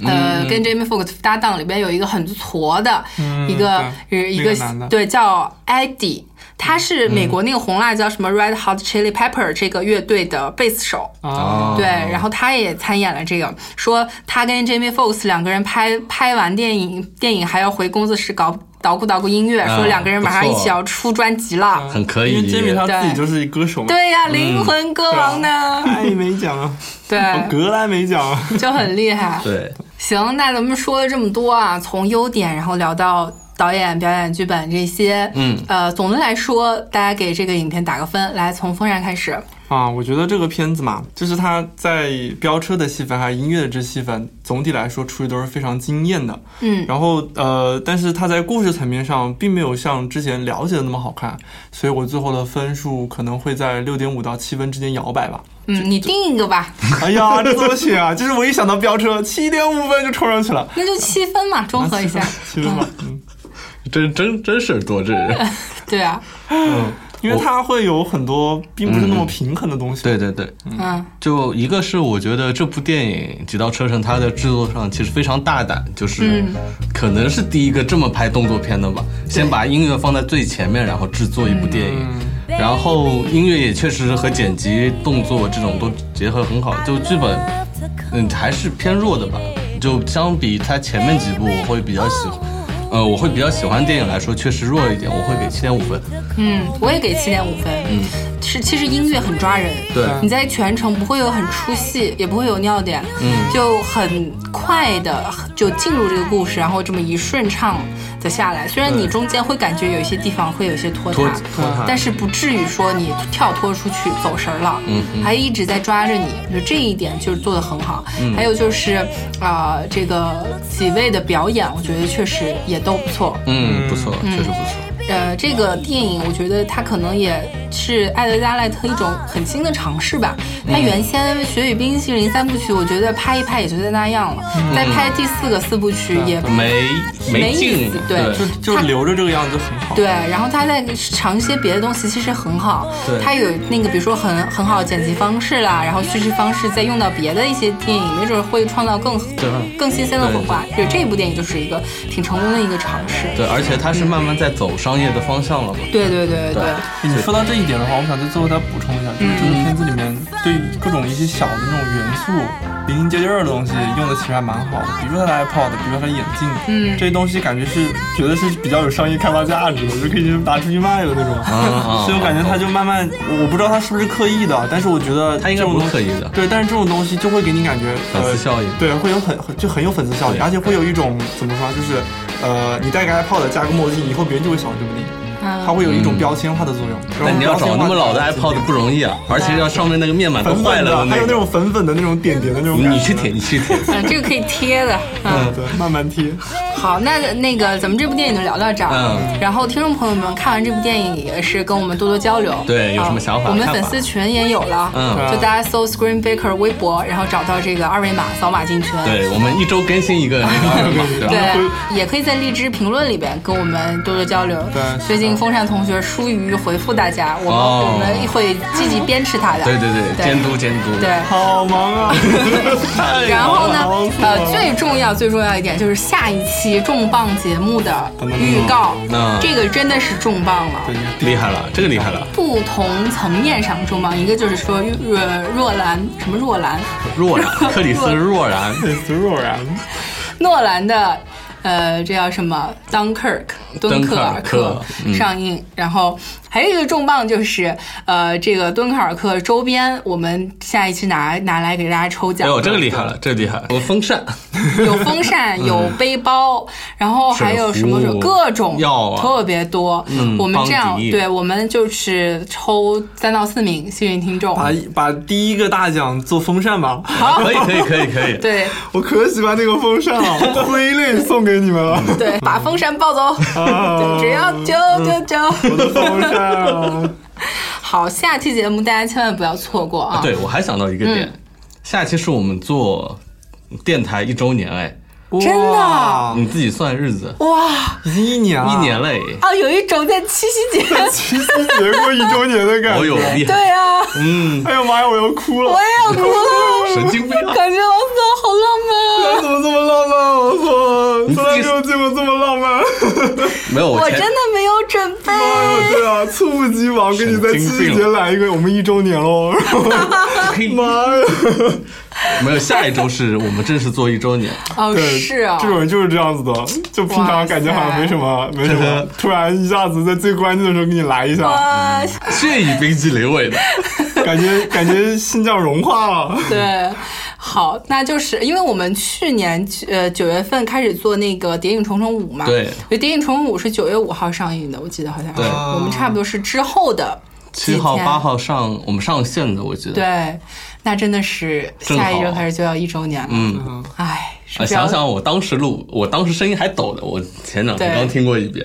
Speaker 5: 嗯
Speaker 2: 呃，跟 Jamie Foxx 搭档里边有一个很矬的一个
Speaker 5: 嗯
Speaker 2: 呃
Speaker 5: 对
Speaker 2: 一
Speaker 5: 那
Speaker 2: 个
Speaker 5: 个男的
Speaker 2: 对叫 Eddie，他是美国那个红辣椒什么 Red Hot Chili Pepper 这个乐队的贝斯手，
Speaker 5: 啊，
Speaker 4: 哦
Speaker 2: 对，然后他也参演了这个，说他跟 Jamie Foxx 两个人拍拍完电影，电影还要回工作室搞捣鼓捣鼓音乐，
Speaker 4: 啊
Speaker 2: 说两个人马上一
Speaker 4: 不
Speaker 2: 起
Speaker 4: 错
Speaker 2: 要出专辑了。
Speaker 4: 很可以
Speaker 5: 因为杰米他自己就是一歌手嘛，
Speaker 2: 对呀、灵魂歌王呢？
Speaker 5: 艾美奖啊，哦
Speaker 2: 对，
Speaker 5: 格莱美奖啊，
Speaker 2: 就很厉害。
Speaker 4: 对，
Speaker 2: 行，那咱们说了这么多啊，从优点，然后聊到。导演、表演、剧本这些，嗯，呃，总的来说，大家给这个影片打个分。来，从风扇开始，
Speaker 5: 啊，我觉得这个片子嘛，就是它在飙车的戏份还有音乐的这戏份，总体来说处理都是非常惊艳的。
Speaker 2: 嗯
Speaker 5: 然后呃，但是它在故事层面上并没有像之前了解的那么好看，所以我最后的分数可能会在六点五到七分之间 摇摆吧。
Speaker 2: 嗯，你定一个吧，
Speaker 5: 哎呀，这怎么写啊？就是我一想到飙车，七点五分就冲上去了，啊
Speaker 2: 那就七分嘛，中和一 下。
Speaker 5: 七分吧。嗯，
Speaker 4: 真真真事儿多，这人。
Speaker 2: 对啊，
Speaker 5: 因为它会有很多并不是那么平衡的东西。
Speaker 4: 对对对，
Speaker 2: 嗯，
Speaker 4: 就一个是我觉得这部电影《极道车神》它的制作上其实非常大胆，就是可能是第一个这么拍动作片的吧，先把音乐放在最前面，然后制作一部电影。然后音乐也确实和剪辑、动作这种都结合很好，就剧本，嗯，还是偏弱的吧。就相比它前面几部，我会比较喜欢，呃，我会比较喜欢电影来说，确实弱一点，我会给七点五分。
Speaker 2: 嗯，我也给七点五分。嗯，是其实音乐很抓人，
Speaker 4: 对，
Speaker 2: 你在全程不会有很出戏，也不会有尿点，嗯，就很快的就进入这个故事，然后这么一顺畅的下来。虽然你中间会感觉有一些地方会有一些拖沓
Speaker 4: 拖，拖沓
Speaker 2: 但是不至于说你跳脱出去走神儿了，嗯，还一直在抓着你，就这一点就是做的很好。还有就是啊、呃这个几位的表演，我觉得确实也都不错，
Speaker 4: 嗯，不错，确实不错。
Speaker 2: 呃，这个电影我觉得它可能也是艾德加赖特一种很新的尝试吧。他原先《雪与冰淇淋》三部曲，我觉得拍一拍也就在那样了，再拍第四个四部曲也
Speaker 4: 没
Speaker 2: 没意
Speaker 4: 劲
Speaker 2: 思，对
Speaker 5: 就就留着这个样子很好。
Speaker 2: 对，然后他在尝一些别的东西，其实很好。
Speaker 4: 对
Speaker 2: 他有那个比如说很很好的剪辑方式啦，然后叙事方式再用到别的一些电影，没准会创造更更新鲜的火花。就这部电影就是一个挺成功的一个尝试。
Speaker 4: 对，而且它是慢慢在走商业的方向了嘛。
Speaker 5: 嗯
Speaker 2: 对对对对对，
Speaker 5: 你说到这一点的话，我想在最后再补充一下，就是这个片子里面对各种一些小的那种元素、零零接接的东西用的其实还蛮好的，比如说它的 iPod，比如说它的眼镜，嗯，这些东西感觉是觉得是比较有商业开发价值的，就可以拿出去卖的那种。
Speaker 4: 啊
Speaker 5: 所以我感觉它就慢慢，我不知道它是不是刻意的，啊但是我觉得
Speaker 4: 它应
Speaker 5: 这
Speaker 4: 该
Speaker 5: 种
Speaker 4: 不
Speaker 5: 东
Speaker 4: 是
Speaker 5: 西
Speaker 4: 刻意的
Speaker 5: 对，但是这种东西就会给你感觉
Speaker 4: 粉丝效应
Speaker 5: 呃对，会有很很就很有粉丝效应，
Speaker 4: 对
Speaker 5: 而且会有一种怎么说啊，就是呃，你戴个 iPod 加个墨镜，以后别人就会想这么你。
Speaker 2: 嗯
Speaker 5: 它会有一种标签化的作用。
Speaker 4: 但你要找那么老的 iPod 不容易啊，而且要上面那个面板都
Speaker 5: 粉
Speaker 4: 坏
Speaker 5: 粉
Speaker 4: 了
Speaker 5: 的，
Speaker 4: 的
Speaker 5: 还有那种粉粉的那种点点的那种感觉。
Speaker 4: 你去舔，你去 舔。
Speaker 2: 嗯，这个可以贴的。嗯。
Speaker 5: 嗯，对，慢慢贴。
Speaker 2: 好，那那个咱们这部电影就聊到这儿。
Speaker 4: 嗯
Speaker 2: 然后听众朋友们看完这部电影也是跟我们多多交流。
Speaker 4: 对有什么想法
Speaker 2: 啊我们
Speaker 4: 看法
Speaker 2: 粉丝群也有了，
Speaker 4: 嗯
Speaker 2: 就大家搜 Screen Baker 微博，然后找到这个二维码，扫码进群。
Speaker 4: 对我们一周更新一个那个二维码，对吧？
Speaker 2: 对也可以在荔枝评论里边跟我们多多交流。
Speaker 5: 对
Speaker 2: 最近风扇同学疏于回复大家，我们、
Speaker 4: 哦
Speaker 2: 我们会积极鞭笞他的。
Speaker 4: 对对对，监督监督。
Speaker 2: 对。
Speaker 5: 好忙 啊！太
Speaker 2: 然后
Speaker 5: 忙
Speaker 2: 呢
Speaker 5: 了忙死，
Speaker 2: 呃，
Speaker 5: 了
Speaker 2: 最重要最重要一点就是下一期重磅节目的预告
Speaker 4: 嗯，
Speaker 2: 这个真的是重磅了。
Speaker 5: 对
Speaker 4: 厉害了，这个厉害了，
Speaker 2: 不同层面上重磅，一个就是说若若兰什么若兰，
Speaker 4: 若然，克里斯若然，
Speaker 5: 对若然，
Speaker 2: 诺兰的，呃，这叫什么《Dunkirk》敦刻尔
Speaker 4: 敦刻尔克嗯
Speaker 2: 上映，然后还有一个重磅就是，呃，这个敦刻尔克周边，我们下一期拿拿来给大家抽
Speaker 4: 哎
Speaker 2: 奖，
Speaker 4: 呦，这个厉害了，这个厉害了，我风扇，
Speaker 2: 有风扇，有背包，然后还有什么什
Speaker 4: 水嗯壶
Speaker 2: 么各种
Speaker 4: 药啊
Speaker 2: 特别多。
Speaker 4: 嗯
Speaker 2: 我们这样
Speaker 4: 邦，迪
Speaker 2: 对我们就是抽三到四名幸运听众，
Speaker 5: 把
Speaker 4: 哎
Speaker 5: 一把第一个大奖做风扇吧。
Speaker 2: 好
Speaker 4: 可以可以可以可以，
Speaker 2: 对
Speaker 5: 我可喜欢那个风扇了，挥泪送给你们 了。
Speaker 2: 对，把风扇抱走， 对只
Speaker 4: 嗯
Speaker 2: 要九九九。
Speaker 5: 风扇啊，
Speaker 2: 好，下期节目大家千万不要错过啊！
Speaker 4: 对，我还想到一个点，
Speaker 2: 嗯
Speaker 4: 下期是我们做电台一周年，哎，
Speaker 2: 真的
Speaker 5: 哇
Speaker 4: 你自己算日子，
Speaker 2: 哇
Speaker 5: 已经一年了，
Speaker 4: 一年了，哎，
Speaker 2: 啊，有一种在七夕节，
Speaker 5: 七夕节过一周年 的感觉。
Speaker 4: 哦呦，厉害，
Speaker 2: 对啊，
Speaker 4: 嗯，
Speaker 5: 哎呦妈呀，我要哭了
Speaker 2: 我！也要哭了，
Speaker 4: 神经病啊
Speaker 2: 感觉王总好浪漫啊！
Speaker 5: 怎么这么浪漫？我操，
Speaker 4: 你
Speaker 5: 从
Speaker 4: 自
Speaker 5: 来没有见
Speaker 4: 己
Speaker 5: 过这么浪漫。
Speaker 4: 没有，
Speaker 2: 我
Speaker 4: 前
Speaker 2: 真的没有准备，
Speaker 5: 对啊，猝不及防，跟你在七夕节来一个，我们一周年 喽！
Speaker 4: 嘿
Speaker 5: 妈呀，
Speaker 4: 没有，下一周是我们正式做一 周年，
Speaker 2: 哦，
Speaker 5: 对，
Speaker 2: 是啊
Speaker 5: 这，种人就是这样子的，就平常感觉好像没什么，没什么，突然一下子在最关键的时候给你来一下，
Speaker 2: 哇，
Speaker 4: 这以冰激凌为的，
Speaker 5: 感觉感觉心脏融化了。
Speaker 2: 对，好，那就是因为我们去年呃九月份开始做那个《谍影重重五》嘛，
Speaker 4: 对
Speaker 2: 所以《谍影重重五》是九月五号上映的，我记得好像是，
Speaker 4: 对
Speaker 2: 我们差不多是之后的
Speaker 4: 七号
Speaker 2: 几天
Speaker 4: 八号上我们上线的，我记得，，
Speaker 2: 对，那真的是
Speaker 4: 正好
Speaker 2: 下一周开始就要一周年了。
Speaker 4: 嗯，
Speaker 2: 哎，是
Speaker 4: 啊，
Speaker 2: 不要
Speaker 4: 想想我当时录，我当时声音还抖的，我前两天
Speaker 2: 对
Speaker 4: 刚听过一 遍，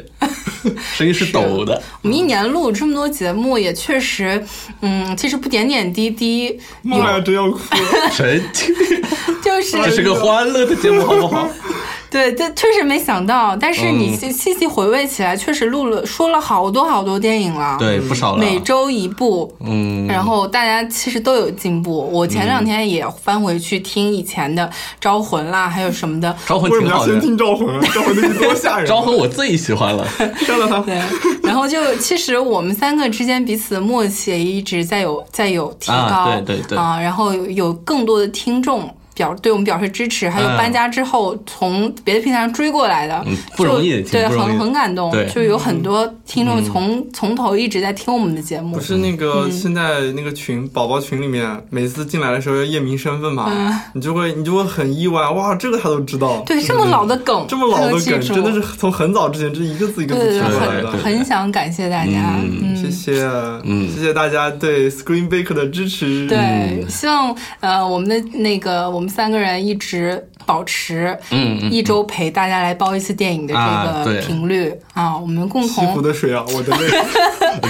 Speaker 4: 声音是抖的，
Speaker 2: 我们一年录这么多节目，也确实，嗯，其实不点点滴滴，
Speaker 5: 妈呀，真要哭了！
Speaker 4: 神经病，
Speaker 2: 就是
Speaker 4: 这是个欢乐的节目，好 不好？
Speaker 2: 嗯对，这确实没想到。但是
Speaker 4: 嗯
Speaker 2: 你细细细回味起来，确实录了说了好多好多电影了，，
Speaker 4: 对，不少了，
Speaker 2: 每周一部。
Speaker 4: 嗯，
Speaker 2: 然后大家其实都有进步。我前两天也翻回去听以前的《招魂》啦，还有什么的，
Speaker 4: 招魂
Speaker 5: 为什
Speaker 4: 挺
Speaker 5: 么要
Speaker 4: 好的
Speaker 5: 先，听招魂？ 招魂那个多吓人！
Speaker 4: 招魂我最喜欢 了，
Speaker 5: 删了他。
Speaker 2: 对，然后就其实我们三个之间彼此的默契也一直在有在有提高，
Speaker 4: 啊对对对
Speaker 2: 啊，然后有更多的听众。表对我们表示支持，还有
Speaker 4: 嗯
Speaker 2: 搬家之后从别的平台上追过来的，
Speaker 4: 嗯不容
Speaker 2: 就
Speaker 4: 易挺
Speaker 2: 对，
Speaker 4: 不容易
Speaker 2: 很很感动
Speaker 4: 对，嗯
Speaker 2: 就有很多听众从、从头一直在听我们的节目
Speaker 5: 不，是那
Speaker 2: 嗯
Speaker 5: 个现在那个群宝宝群里面，每次进来的时候要验明身份嘛，你就会你就会很意外，哇，这个他都知道，
Speaker 2: 嗯对，这么老的梗，
Speaker 5: 这么老的
Speaker 2: 他都
Speaker 5: 梗，
Speaker 2: 记住
Speaker 5: 真的是从很早之前，这一个字一个
Speaker 2: 对对对，
Speaker 5: 字听过来
Speaker 4: 对
Speaker 5: 的
Speaker 2: 很。很想感谢大家，
Speaker 4: 嗯
Speaker 5: 谢谢，啊谢谢大家对 Screen Baker 的支持。
Speaker 2: 对，希望呃我们的那个我们三个人一直保持，
Speaker 4: 嗯嗯
Speaker 2: 一周陪大家来煲一次电影的
Speaker 4: 啊
Speaker 2: 这个
Speaker 4: 对
Speaker 2: 频率啊我们共
Speaker 5: 西湖
Speaker 2: 同。
Speaker 5: 的水啊，我 的泪。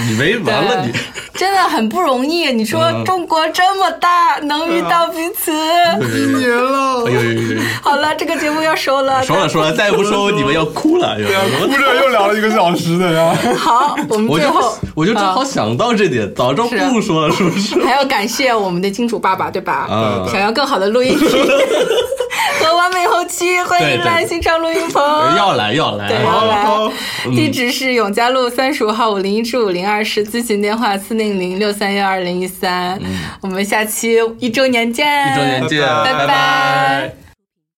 Speaker 4: 你没完了你，
Speaker 2: 真的很不容易。你说
Speaker 4: 嗯
Speaker 2: 中国这么大，能遇到彼此。
Speaker 5: 一年了
Speaker 4: 哎，呦呦呦呦，
Speaker 2: 好了，这个节目要收 了。
Speaker 4: 说了说了，再不 说你们要哭了，哎有什么
Speaker 5: 哭着又聊了一个小时的呀。
Speaker 2: 好，我们
Speaker 4: 我
Speaker 2: 最
Speaker 4: 就
Speaker 2: 后啊
Speaker 4: 我就正好想到这点，早知道不说了，是不 是？
Speaker 2: 还要感谢我们的金主爸爸，对吧？
Speaker 4: 啊
Speaker 2: 想要更好的录 音机和完美后期，欢
Speaker 4: 对
Speaker 2: 迎
Speaker 4: 对
Speaker 2: 来新昌录音棚。
Speaker 4: 要来要
Speaker 2: 对，
Speaker 4: 来，啊
Speaker 2: 要来
Speaker 5: 好，嗯
Speaker 2: 地址是永嘉路三十五号五零一至五零二室，咨询电话四零零六三幺二零一三。我们下期一周年见，
Speaker 4: 嗯一周年见，
Speaker 5: 拜拜
Speaker 2: 拜
Speaker 4: 拜。